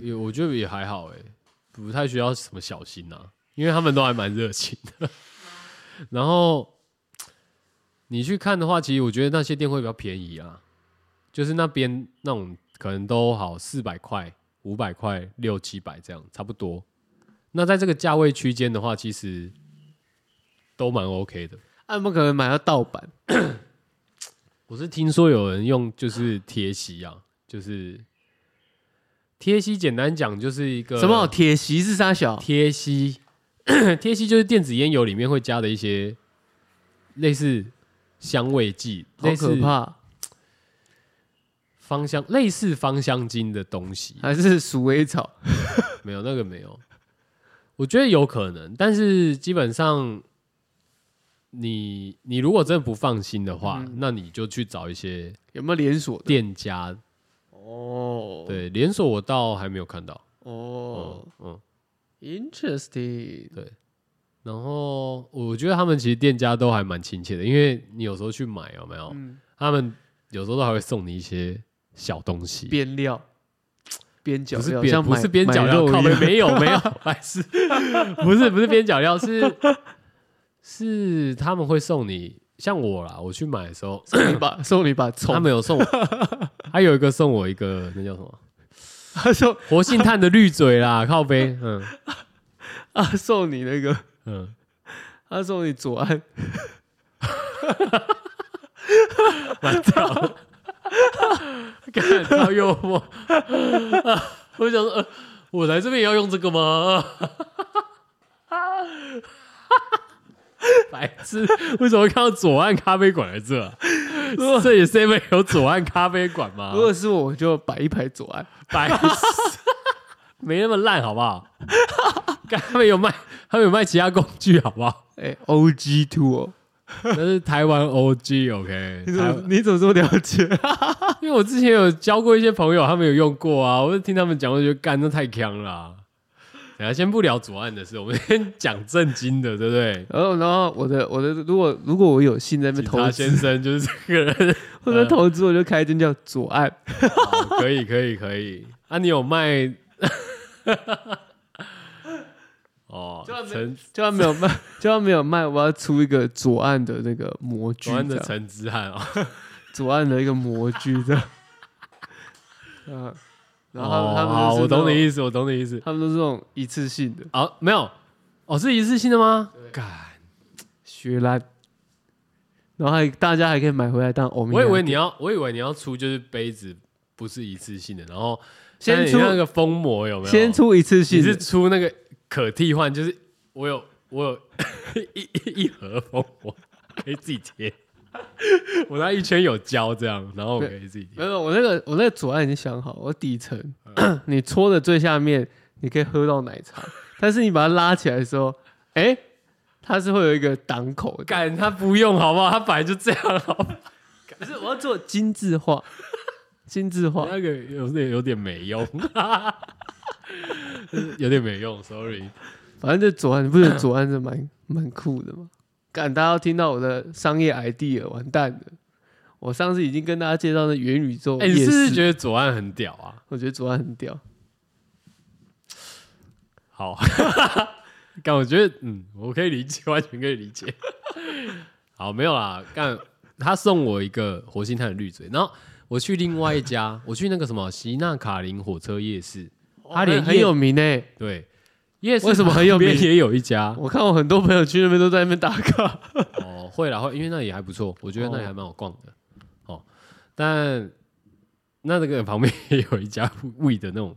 也我觉得也还好哎、不太需要什么小心啊，因为他们都还蛮热情的。 然后你去看的话，其实我觉得那些店会比较便宜啊，就是那边那种可能都好四百块、五百块、六七百这样差不多。那在这个价位区间的话，其实都蛮 OK 的。
啊，不可能买到盗版
我是听说有人用就是贴息啊，就是贴息，简单讲就是一个
什么铁席是啥小？
贴息，贴息就是电子烟油里面会加的一些类似香味剂，
好
类似
可怕，
芳香，类似芳香精的东西。
还是鼠尾草？
没有那个没有，我觉得有可能，但是基本上你你如果真的不放心的话，
嗯
那你就去找一些
有没有连锁的？
店家。
哦，，
对，连锁我倒还没有看到。
哦
嗯嗯，
，interesting，
然后我觉得他们其实店家都还蛮亲切的，因为你有时候去买有没有？
嗯，
他们有时候都还会送你一些小东西，
边料。边角
不是
料，
边
像
不
买
是边角
买
料，
肉
靠
一
北没
样
有 没有，还是不是不是边角料，是是他们会送你，像我啦，我去买的时候，
送你把送你
他
把葱，
们有送我，还有一个送我一个那叫什么
他说
活性炭的绿嘴啦，靠背，嗯
啊送你那个
嗯，
他送你左岸，
干超幽 默。我想说，呃，我来这边也要用这个吗？ 白痴，为什么看到左岸咖啡馆在这、啊？这里 seven 有左岸咖啡馆吗
如？果是我，我就摆一排左岸。
白痴， 没那么烂好不好？干他们有卖，他们有卖其他工具好不好？
哎、o G Two 哦，
那是台湾 OG OK，
你怎
台
么你怎么这么了解？
因为我之前有交过一些朋友，他们有用过啊，我就听他们讲，我就觉得干这太强了、啊。等一下先不聊左岸的事，我们先讲正经的，对不 对？
然后然后我的我的，如果如果我有幸在那边
警
投
察
资，
先生嗯就是这个人，
我在投资我就开一间叫左岸。
好可以可以可以。啊，你有卖？ 哦，陈
就算没有卖，就算没有卖，我要出一个左岸的那个模具
左岸
这
的
样，
陈之汉哦，
左岸的一个模具这样。 嗯，然后他们、
哦
他们
好，
都是
我懂
那种
你，意思，我懂你意思。
他们都是这种一次性的
啊，没有，哦，是一次性的吗？干，
削烂，然后还大家还可以买回来当欧米
我
茄。
以为你要，我以为你要出就是杯子，不是一次性的，然后
先
但你
出
那个封膜有没有？
先出一次
你
性的
是出那个可替换，就是我有我有 一一一盒封膜可以自己贴，我那一圈有胶这样，然后我可以自己贴
没。有，我那个我那个左岸已经想好，我底层、
嗯
你戳的最下面，你可以喝到奶 茶，但是你把它拉起来的时候，哎、它是会有一个档口的，
干他不用好不好？他本来就这样好不好，
可是我要做精致 化，精致化。
那个有点有点没用， 有点没用，sorry。
反正就左岸，你不觉得左岸是蛮 蛮酷的吗？敢大家要听到我的商业 idea，完蛋了！我上次已经跟大家介绍的元宇宙
哎、
夜
你是不是
市，
觉得左岸很屌啊？
我觉得左岸很屌。
好， 干，我觉得嗯，我可以理解， 完全可以理解。好，没有啦，干，他送我一个火星炭的绿嘴，然后我去另外一家，我去那个什么席纳卡林火车夜市，他连
很
夜
有名诶、
对，夜市
为什么很有
旁边
名哦
也有一家
我看我很多朋友去那边都在那边打卡。
哦，会啦会，因为那里还不错，我觉得那里还蛮好逛的哦。但那那个旁边也有一家 味的那种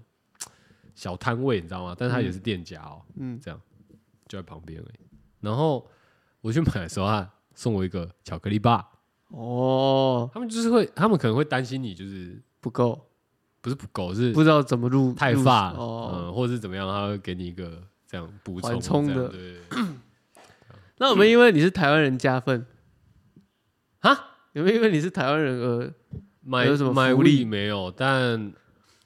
小摊位，你知道吗？但他也是店家哦，
嗯，
就在旁边而已。然后我去买的时候，他送我一个巧克力棒。
哦，
他们就是会，他们可能会担心你就是
不够，
不是不够，是
不知道怎么入
太
入
发，
哦。
嗯，或者是怎么样，他会给你一个这样补充
缓冲的
这样对对对
那我们因为你是台湾人加分，
啊，
有没有因为你是台湾人呃而
买
有什么
买
福
物
利
力没有，但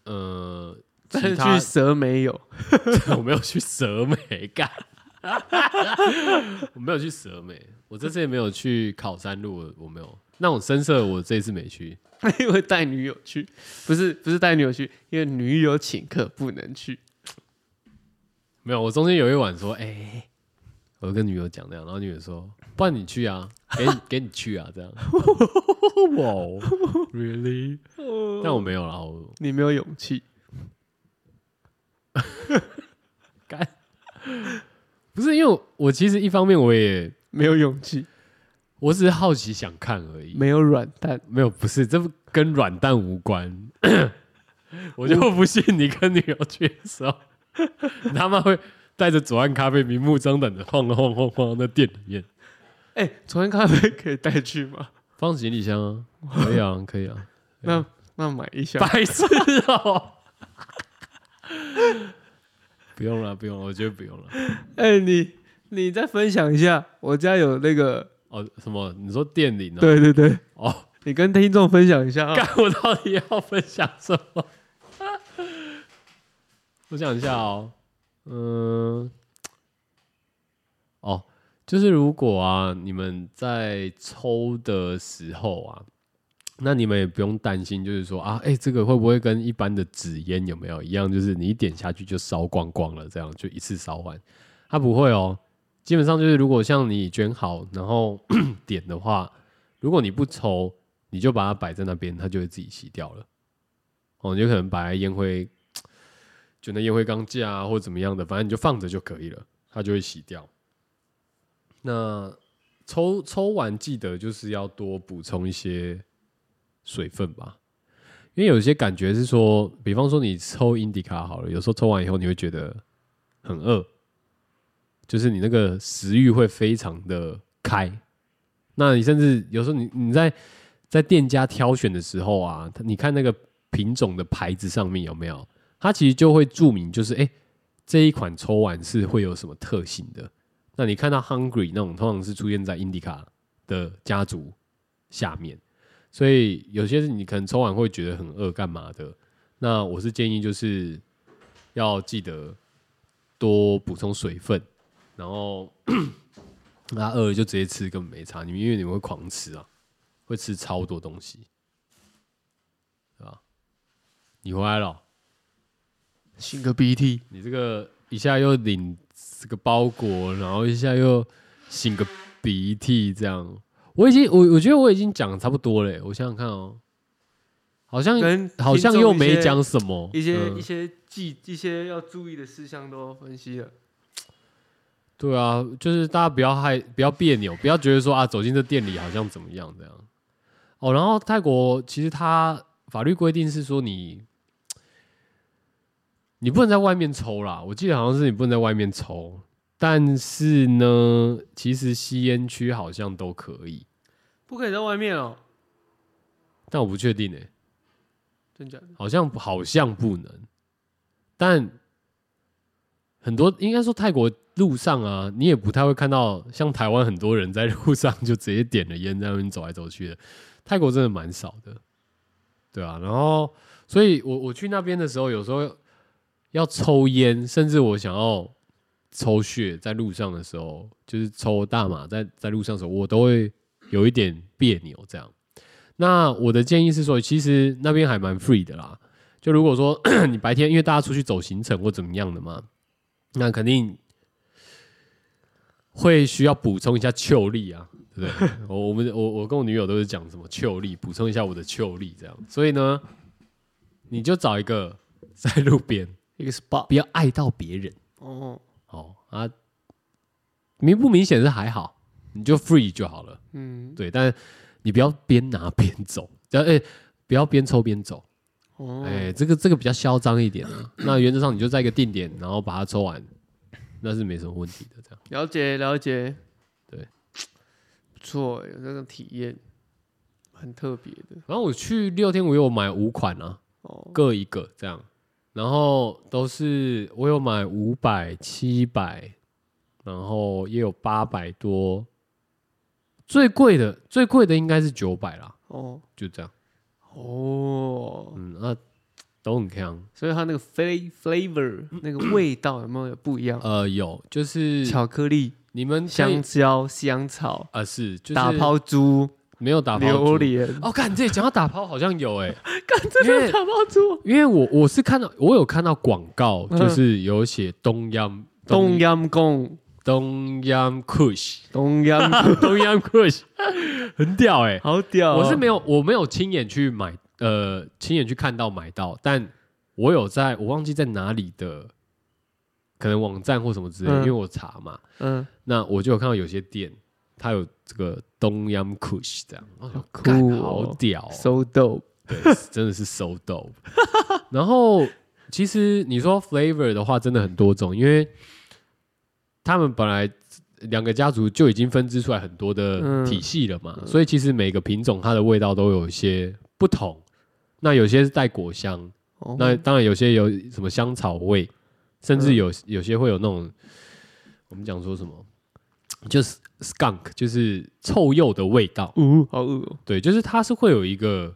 呃，
但
其
是
他
去蛇没有？
我没有去蛇美干， 我没有去蛇美，我这次也没有去考山路，我我没有那种深色，我这一次没去。
因为带女友去，不是不是带女友去，因为女友请客不能去。
没有，我中间有一晚说，哎、我跟女友讲这样，然后女友说，不然你去啊，给你给你去啊，这样。 哇哦，really？但嗯我没有啦，我
你没有勇气，
干，不是因为我我其实一方面我也
没有勇气，
我只是好奇想看而已，
没有软蛋，
没有不是，这不跟软蛋无关。 我就不信你跟女友去的时候，你 他妈会带着左岸咖啡明目张胆的晃晃晃晃在店里面。
哎、昨天咖啡可以带去吗？
放行李箱啊，可以啊，可以啊，
那那买一箱，
白痴哦、 不用了，不用了，我觉得不用了。
哎、你你再分享一下，我家有那个，
哦，什么？你说电铃啊？，
对对对，
哦，
你跟听众分享一下啊，
干，我到底要分享什么？ 我想一下哦，嗯、哦，就是如果啊，你们在抽的时候啊，那你们也不用担心，就是说啊，哎、这个会不会跟一般的纸烟有没有一样？就是你一点下去就烧光光了，这样就一次烧完，它不会哦。基本上就是，如果像你卷好，然后 点的话，如果你不抽，你就把它摆在那边，它就会自己吸掉了。哦，你就可能摆在烟灰，就那烟灰缸架啊，或者怎么样的，反正你就放着就可以了，它就会洗掉。那抽抽完记得就是要多补充一些水分吧，因为有些感觉是说，比方说你抽 Indica 好了，有时候抽完以后你会觉得很饿，就是你那个食欲会非常的开。那你甚至有时候你你在在店家挑选的时候啊，它你看那个品种的牌子上面有没有，它其实就会注明就是哎、诶这一款抽完是会有什么特性的。那你看到 hungry 那种，通常是出现在 indica 的家族下面，所以有些是你可能抽完会觉得很饿，干嘛的？那我是建议就是要记得多补充水分，然后 那饿了就直接吃，根本没差。你们因为你们会狂吃啊，会吃超多东西，对吧？你回来了哦、
擤个鼻涕，
你这个一下又领这个包裹，然后一下又擤个鼻涕，这样，我已经我我觉得我已经讲得差不多了耶，我想想看哦，好像
跟
嗯好像
听众
又
一
没
些
讲什么，
一些
嗯
一些记一些要注意的事项都分析了。
对啊，就是大家不要害，不要别扭，不要觉得说啊，走进这店里好像怎么样这样。哦，然后泰国其实它法律规定是说你，你不能在外面抽啦。我记得好像是你不能在外面抽，但是呢，其实吸烟区好像都可以，
不可以在外面哦，
但我不确定诶、欸
真假的？
好像好像不能，但很多应该说泰国路上啊，你也不太会看到像台湾很多人在路上就直接点了烟在那边走来走去的，泰国真的蛮少的，对啊，然后所以我我去那边的时候，有时候要抽烟，甚至我想要抽血，在路上的时候，就是抽大麻在在路上的时候，我都会有一点别扭这样。那我的建议是说，其实那边还蛮 free 的啦。就如果说 你白天因为大家出去走行程或怎么样的嘛，那肯定会需要补充一下嗅力啊，对不对？我我们我我跟我女友都是讲什么嗅力，补充一下我的嗅力这样。所以呢，你就找一个在路边，
一个 SPA
不要碍到别人
哦，
哦啊，明不明显是还好，你就 free 就好了。
嗯，
对，但你不要边拿边走，要哎、不要边抽边走，
哦，
哎、这个这个比较嚣张一点啊。那原则上你就在一个定点，然后把它抽完，那是没什么问题的。这样，
了解了解，
对，
不错，欸有这个体验，蛮特别的
然后我去六天五夜，我买五款啊，
哦。
各一个这样，然后都是我有买五百、七百，然后也有八百多，最贵的最贵的应该是九百啦，
哦
就这样。
哦，
嗯，那、都很强。
所以它那个 fla- flavor 那个味道有没有不一样？
呃，有嗯就是
巧克力、
你们可以
香蕉、香草、
啊，是就是
打抛猪、
没有打抛
榴
猪。
莲，
哦，看这讲到打抛好像有哎、
干真的有打抛猪，
因为我我是看到我有看到广告，
嗯
就是有写东阳
东阳贡，
东阳 Kush
东阳贡，
东阳 Kush 很屌哎、
好屌哦！
我是没有我没有亲眼去买呃亲眼去看到买到，但我有在我忘记在哪里的可能网站或什么之类，
嗯
因为我查嘛，
嗯，
那我就有看到有些店它有这个东阳 Kush 这样，我想
好
干
酷哦
好屌哦、
，so dope，
对，真的是 so dope。然后其实你说 flavor 的话，真的很多种，因为他们本来两个家族就已经分支出来很多的
嗯
体系了嘛，所以其实每个品种它的味道都有一些不同。那有些是带果香，
哦嗯
那当然有些有什么香草味，甚至有有些会有那种我们讲说什么，就是 skunk，就是臭鼬的味道。
呜，好恶哦，
对，就是它是会有一个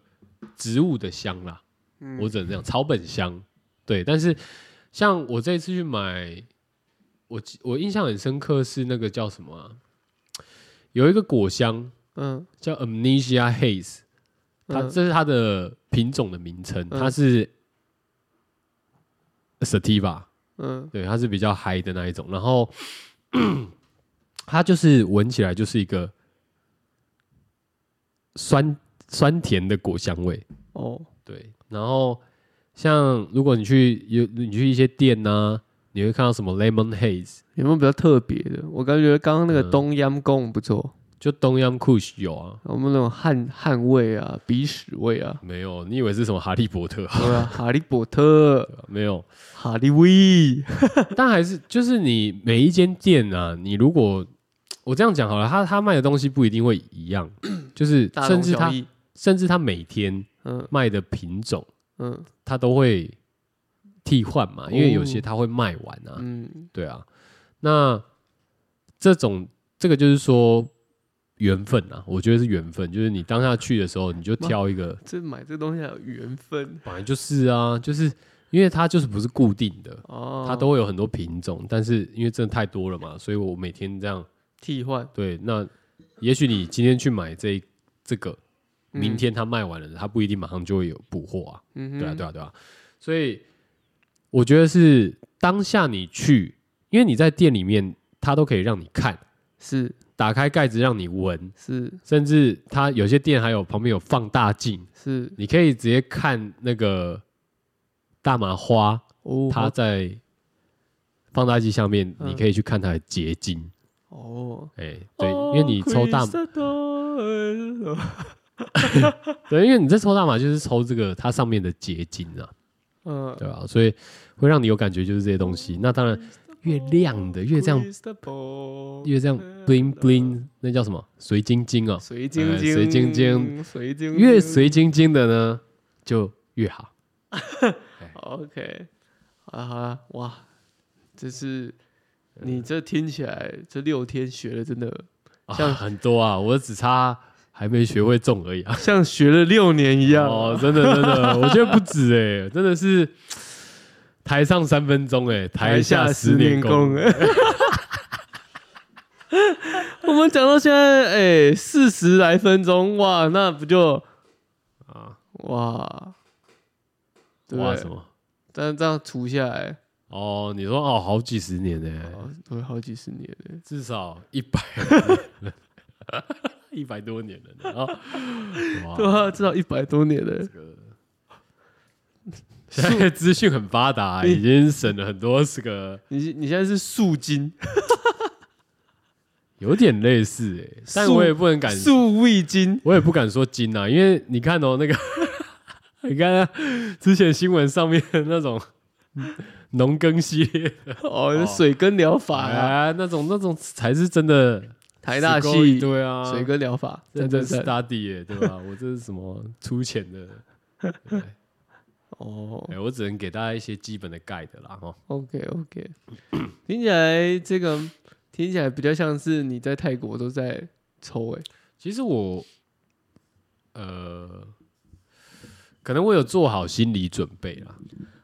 植物的香啦，
嗯
我只能这样，草本香。对，但是像我这一次去买，我记我印象很深刻是那个叫什么啊？有一个果香
嗯，
叫 Amnesia Haze，它、
嗯
这是它的品种的名称，
嗯
它是 Sativa，
嗯
对，它是比较嗨的那一种，然后它就是闻起来就是一个酸酸甜的果香味，
哦，
对。然后像如果你去有你去一些店呐、啊你会看到什么 lemon haze，
有没有比较特别的？我感觉刚刚那个
嗯
东阳贡不错，
就东阳 kush 有啊，
我们那种汗汗味啊、鼻屎味 啊，
没有？你以为是什么哈利波特啊？
对啊，哈利波特、
没有，
哈利威，
但还是就是你每一间店啊，你如果我这样讲好了，他他卖的东西不一定会一样，就是
大
甚
同
至
小
他
异。
甚至他每天
嗯
卖的品种，
嗯
他都会替换嘛，因为有些
哦
他会卖完啊，
嗯，
对啊。那这种这个就是说缘分啊，我觉得是缘分，就是你当下去的时候，你就挑一个，
这买这东西还有缘分
本来就是啊，就是因为它就是不是固定的，
哦，
它都会有很多品种，但是因为真的太多了嘛，所以我每天这样
替换。
对。那也许你今天去买这一这个，
嗯
明天它卖完了，它不一定马上就会有补货啊，
嗯哼，
对啊，对啊，对啊。所以我觉得是当下你去，因为你在店里面，它都可以让你看，
是
打开盖子让你闻，
是
甚至它有些店还有旁边有放大镜，
是
你可以直接看那个大麻花，
哦，
它
好
在放大镜下面，
嗯
你可以去看它的结晶。
哦，
哎、对，因为你抽大
哦
麻，对，因为你在抽大麻就是抽这个它上面的结晶啊，
嗯，
对吧、所以会让你有感觉就是这些东西。那当然，越亮的越这样，越这样 bling bling，那叫什么水晶晶哦，
水晶晶，
哎水晶晶，
水晶晶，
越水晶晶的呢就越好。
OK，啊，好啦，哇，这是你这听起来这六天学的真的
像、
像
很多啊，我只差还没学会种而已啊。
像学了六年一样啊
哦，真的真的，我觉得不止哎、真的是台上三分钟哎、台下十年功。。
我们讲到现在，哎，四十来分钟，哇，那不就
啊，
哇，对不
哇
对
什？么？
但这样除下来，
哦，你说哦，好几十年呢、
哦，都好几十年了。
至少一百一百多年了呢。哦
对
哇，
啊，至少一百多年了
这。个现在资讯很发达、已经省了很多这个，
你你现在是素金，
有点类似哎、但我也不能敢
素味精，
我也不敢说金啊，因为你看哦，那个 你看、啊、之前新闻上面的那种农耕系列
哦，水根疗法啦，
啊，那种那种才是真的
台大
死勾一
系
对啊，
水根疗法，
真的
真的
是
是
study 耶，对吧？我这是什么粗浅的？
哦
哎、我只能给大家一些基本的 guide 啦，哦哈。
，OK OK，听起来这个听起来比较像是你在泰国都在抽哎，
其实我，呃，可能我有做好心理准备啦，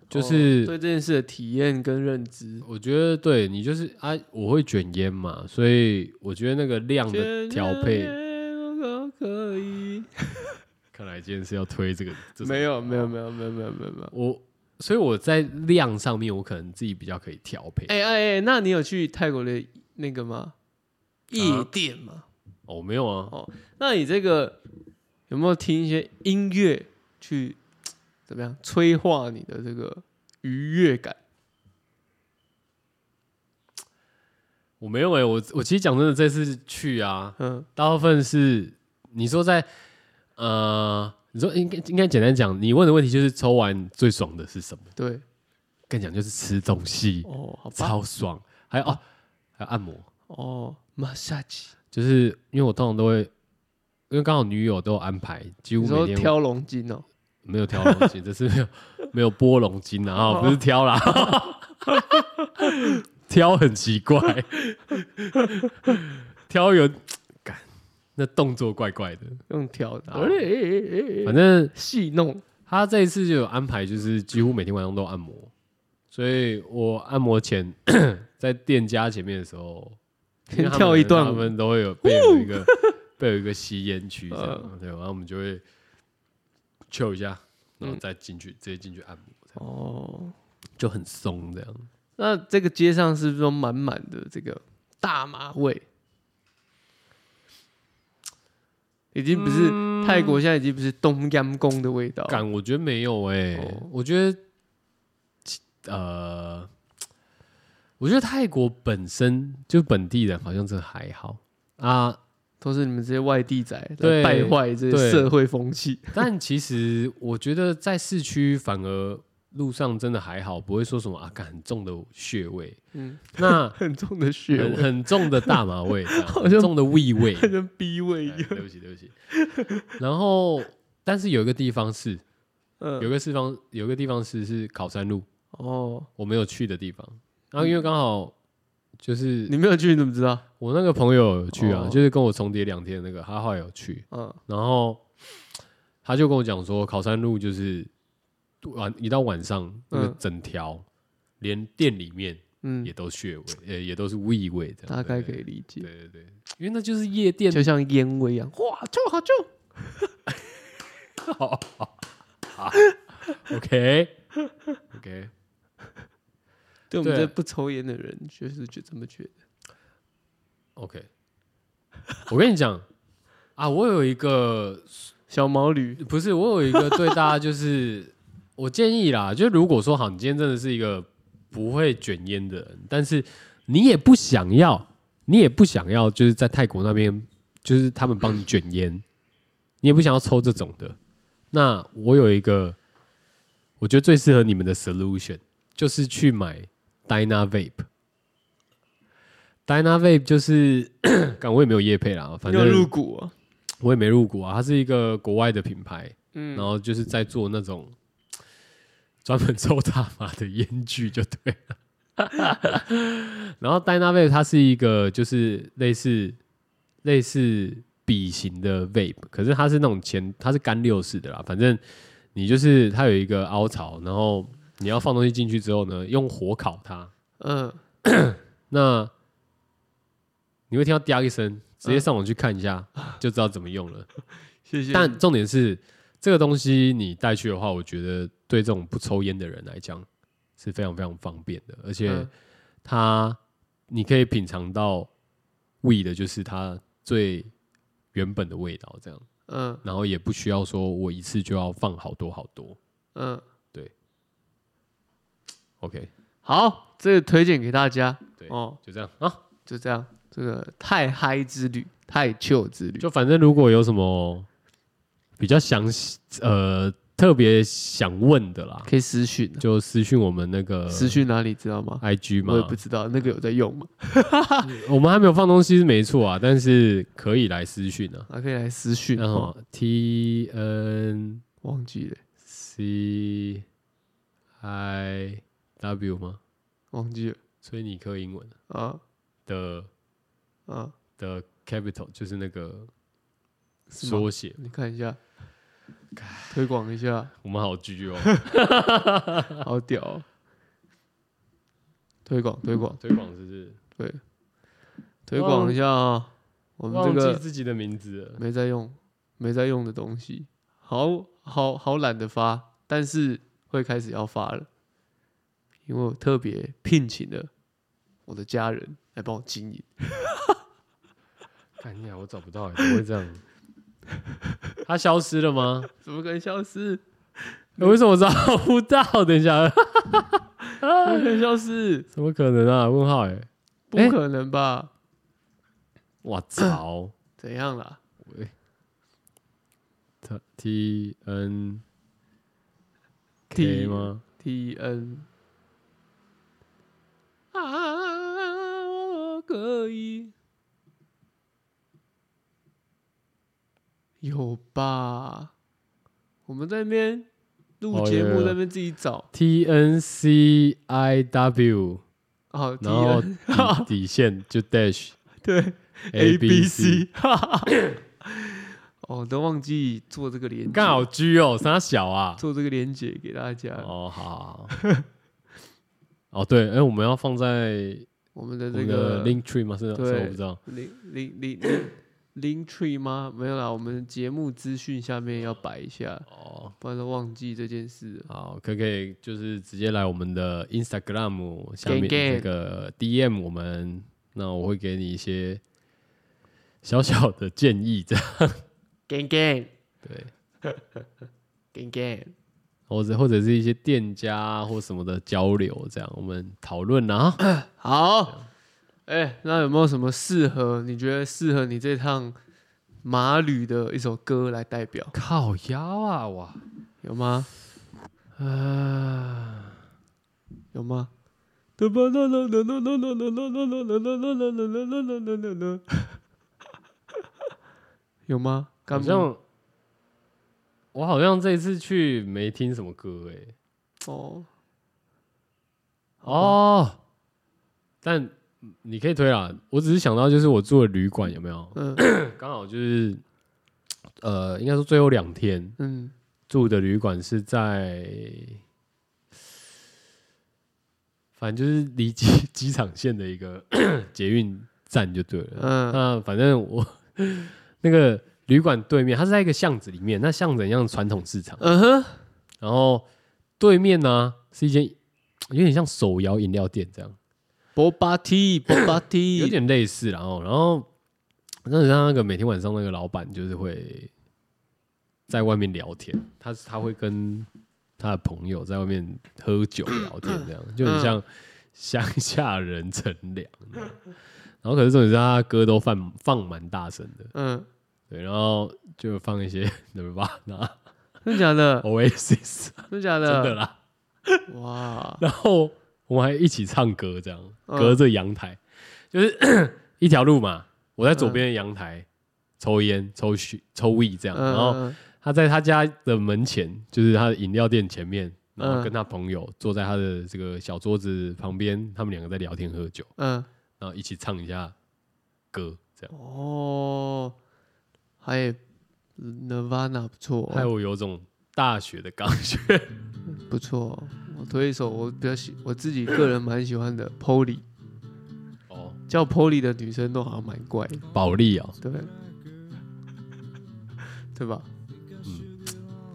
就
哦
是、
对这件事的体验跟认知，
我觉得对你就是啊，我会卷烟嘛，所以我觉得那个量的调配，
我可以，
看来今天是要哦推这个，这
没有没有没有没有没有没有没有，
我，所以我在量上面，我可能自己比较可以调配。
哎哎哎，那你有去泰国的那个吗？夜
啊
店吗？
哦，没有啊，
那你这个有没有听一些音乐去怎么样催化你的这个愉悦感？
我没有哎、我我其实讲真的，这次去啊，
嗯，
大部分是你说在呃，你说应该应该简单讲，你问的问题就是抽完最爽的是什么？
对，
更讲就是吃东西，
哦，好吧，
超爽，还有哦，还有按摩。
哦，massage，
就是因为我通常都会，因为刚好女友都有安排，几乎
你说
每天
挑龙筋哦，
没有挑龙筋，这是没有没有剥龙筋啊，哦不是挑 啦，挑很奇怪，挑有感，那动作怪怪的，
用挑的，
好
哎哎哎哎
反正
戏弄，
他这一次就有安排，就是几乎每天晚上都按摩，所以我按摩前 在店家前面的时候，因为
先
他们
跳一段
他
舞，
们都会有备有一个备有一个吸烟区这
嗯
样，对，然后我们就会 chill 一下，然后再进去、
嗯
直接进去按摩，这样
哦，
就很松这样。
那这个街上是不是都满满的这个大麻味？已经不是、泰国，现在已经不是东阳宫的味道，
感我欸觉得没有哎、
哦
我觉得呃，我觉得泰国本身就本地人好像真的还好啊，
都是你们这些外地仔
对
来败坏这
对
些社会风气。
但其实我觉得在市区反而路上真的还好，不会说什么啊，干很重的血味，
嗯，
那
很重的穴
很
位，
很重的大麻味， 这样
好
很
像
重的味味，
很像逼位一
哎
样。
对不起对不起。然后，但是有一个地方是，有
嗯，
个地方有个地方是是考山路，
哦，
我没有去的地方。然后因为刚好就是
你没有去，你怎么知道？
我那个朋友有去啊，
哦
就是跟我重叠两天的那个，他后来有去，
嗯，
然后他就跟我讲说，考山路就是晚一到晚上，那个
嗯
整条、连店里面
嗯
也，都血味，呃、也都是异味这样。
大概
对
可以理解，
对对对，因为那就是夜店
就像烟味一样，哇，就好就
OK OK，
对我们
对
这不抽烟的人，就是就这么觉得。
OK，我跟你讲啊，我有一个
小毛驴，
不是，我有一个对大家就是，我建议啦， 就如果说好，你今天真的是一个不会卷烟的人，但是你也不想要，你也不想要，就是在泰国那边，就是他们帮你卷烟， 你也不想要抽这种的，那我有一个，我觉得最适合你们的 solution 就是去买 Dyna Vape。Dyna Vape 就是， 感我也没有业配啦，反
你有入
正
股啊？
我也没入股啊。它是一个国外的品牌，
嗯
然，后就是在做那种专门抽大麻的烟具，就对了。 然后戴纳 vape 它是一个就是类似类似笔型的 vape，可是它是那种前它是干六式的啦，反正你就是它有一个凹槽，然后你要放东西进去之后呢，用火烤它，
嗯，
那你会听到“嗲”一声，直接上网去看一下、就知道怎么用了。
谢嗯谢。
但重点是，这个东西你带去的话，我觉得对这种不抽烟的人来讲是非常非常方便的，而且
嗯
它你可以品尝到味的，就是它最原本的味道，这样，
嗯
然后也不需要说我一次就要放好多好多。
嗯，
OK，
好，这个推荐给大家。
对
哦，
就这样啊，
就这样，这个太嗨之旅，太 chill 之旅，
就反正如果有什么比较详细呃特别想问的啦，
可以私讯啊，
就呃私讯我们那个
私讯哪里知道吗？
IG 嘛，
我也不知道那个有在用吗？
我们还没有放东西是没错啊，但是可以来私讯啊。
还可以来私讯
然
哦，
后 T N
忘记了，
C I W 吗？
忘记了
所以你克英文
啊
的
啊！
的 capital 就是那个
是吗
缩写。
你看一下，推广 一下，
我们好拘 哦，
好屌哦！推广推广
推广是不是？
推广一下啊！我们这
忘记
个
自己的名字了。
没在用没在用的东西，好好好懒得发，但是会开始要发了，因为我特别聘请了我的家人来帮我经营。
看一下，我找不到欸，怎么会这样？它消失了 吗？
怎么可能消失？
欸为什么我找不到？等一下，
怎么可能消失？
怎么可能啊？问号哎，
不
欸
可能吧？
我操！
怎样啦？
T- T N K
T-
吗？
T N 啊，我可以有吧？我们在那边录
哦
节
有有
目，
有
在那边自己找
T N C I W，
哦。T
然后
N
底 底线就 dash
对 A
A
B
B
C，
C，
哈哈 哦，都忘记做这个连接，
刚好 G 哦，三小啊。
做这个连接给大家。
哦，好好。好 哦，对，哎，我们要放在
我们的
我
这
们的
个
link tree 吗？是吗，
对
是我不知道。
零零零零零 tree 吗？没有啦，我们节目资讯下面要摆一下，
哦，
不然都忘记这件事了。
好，可可以就是直接来我们的 Instagram 下面
Gang gang
这个 DM 我们，那我会给你一些小小的建议，这样
gang gang
对。
gang gang，
或者或者是一些店家啊或什么的交流，这样我们讨论啊。
好，哎、那有没有什么适合你觉得适合你这趟马旅的一首歌来代表？
靠腰啊，哇，
有吗？
啊，
有吗？有吗？
好
刚
像我好像这一次去没听什么歌哎、
哦，
哦，但你可以推啦。我只是想到，就是我住的旅馆有没有？
嗯
刚好就是，呃，应该说最后两天
嗯，
住的旅馆是在，反正就是离机 机场线的一个 捷运站就对了。
嗯
那反正我那个旅馆对面，它是在一个巷子里面，那巷子很像传统市场。
嗯哼，
然后对面呢、是一间 有点像手摇饮料店这样，
波巴 T，波巴 T，
有点类似啦哦。然后那你像那个每天晚上那个老板就是会在外面聊天，他是他会跟他的朋友在外面喝酒聊天，这样就很像乡下人乘凉这样。然后可是重点是他歌都放放蛮大声的，
嗯，
对，然后就放一些 Nirvana、
真假的，
Oasis，
真假
哦真的
的，
啦。
哇，
然后我们还一起唱歌，这样
嗯
隔着阳台，就是 一条路嘛。我在左边的阳台抽烟、抽烟、抽 weed 这样，然后
嗯
他在他家的门前，就是他的饮料店前面，然后
嗯
跟他朋友坐在他的这个小桌子旁边，他们两个在聊天喝酒，
嗯，
然后一起唱一下歌，这样
嗯哦，还有 Nirvana 不错哦，
害我有种大学的感觉。
不错哦，我推一首我比较喜，我自己个人蛮喜欢的 Polly，
哦，
叫 Polly 的女生都好像蛮怪的，
保利哦，
对，对吧？
嗯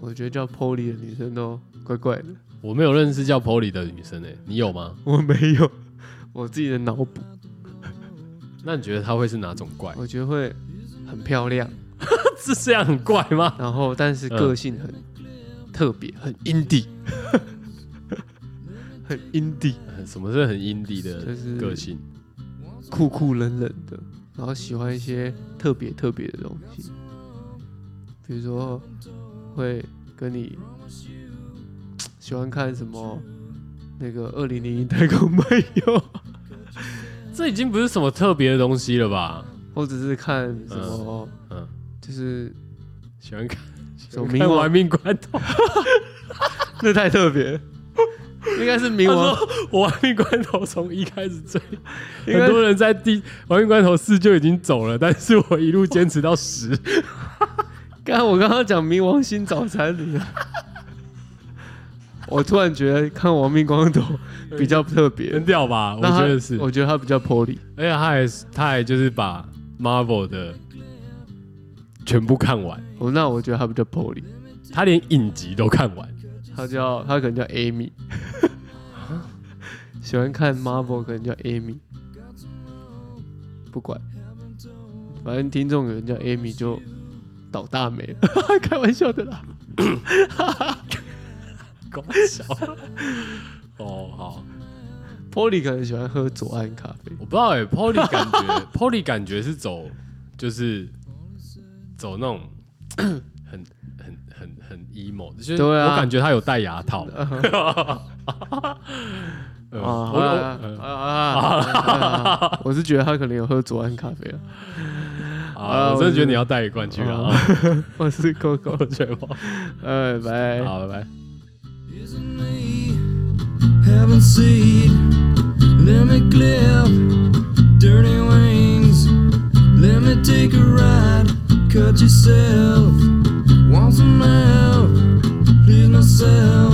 我觉得叫 Polly 的女生都怪怪的，
我没有认识叫 Polly 的女生诶、欸你有吗？
我没有， 我自己的脑补，
那你觉得她会是哪种怪？
我觉得会很漂亮，
是这样很怪吗？
然后但是个性很、特别，很 indie，很 indie，
很 什么是很 indie
就
的
是
个性？
酷酷冷冷的，然后喜欢一些特别特别的东西，比如说会跟你喜欢看什么那个二零零一太空漫游，
这已经不是什么特别的东西了吧？
或者是看什么，
嗯嗯
就是
喜欢看
什么
看
冥
《玩
王，
命关头》，
那太特别了，应该是冥
他
王，
说《玩命关头》从一开始 追，
应该
很多人在第《玩命关头四》就已经走了，但是我一路坚持到十。
刚刚我刚刚讲冥王星早餐里了。我突然觉得看《亡命光头》比较特别，
很屌 吧？我
那他
觉得是，
我觉得他比较 poly，
而且他还他还就是把 Marvel 的全部看完，
哦，那我觉得他比较 poly，
他连影集都看完。
他叫他可能叫 Amy，喜欢看 Marvel 可能叫 Amy，不管，反正听众有人叫 Amy 就倒大霉， 开玩笑的啦。
搞笑 哦，好，
poly 可能喜欢喝左岸咖啡，
我不知道哎、欸、，Polly 感觉，Polly 感觉是走，就是走那种 很很很很 emo，的就是
对啊
我感觉他有戴牙 套。
啊哈
呃
啊
我
啊
我
啊啊！ 我是觉得他可能有喝左岸咖啡啊，
呃
啊
啊，我真的觉得你要带一罐去了啊！
我是 Coco，
我觉得不好
拜拜。
好，拜拜。
Isn't me heaven seed? Let me clip dirty wings. Let me take a ride. Cut yourself. Want some help? Please myself.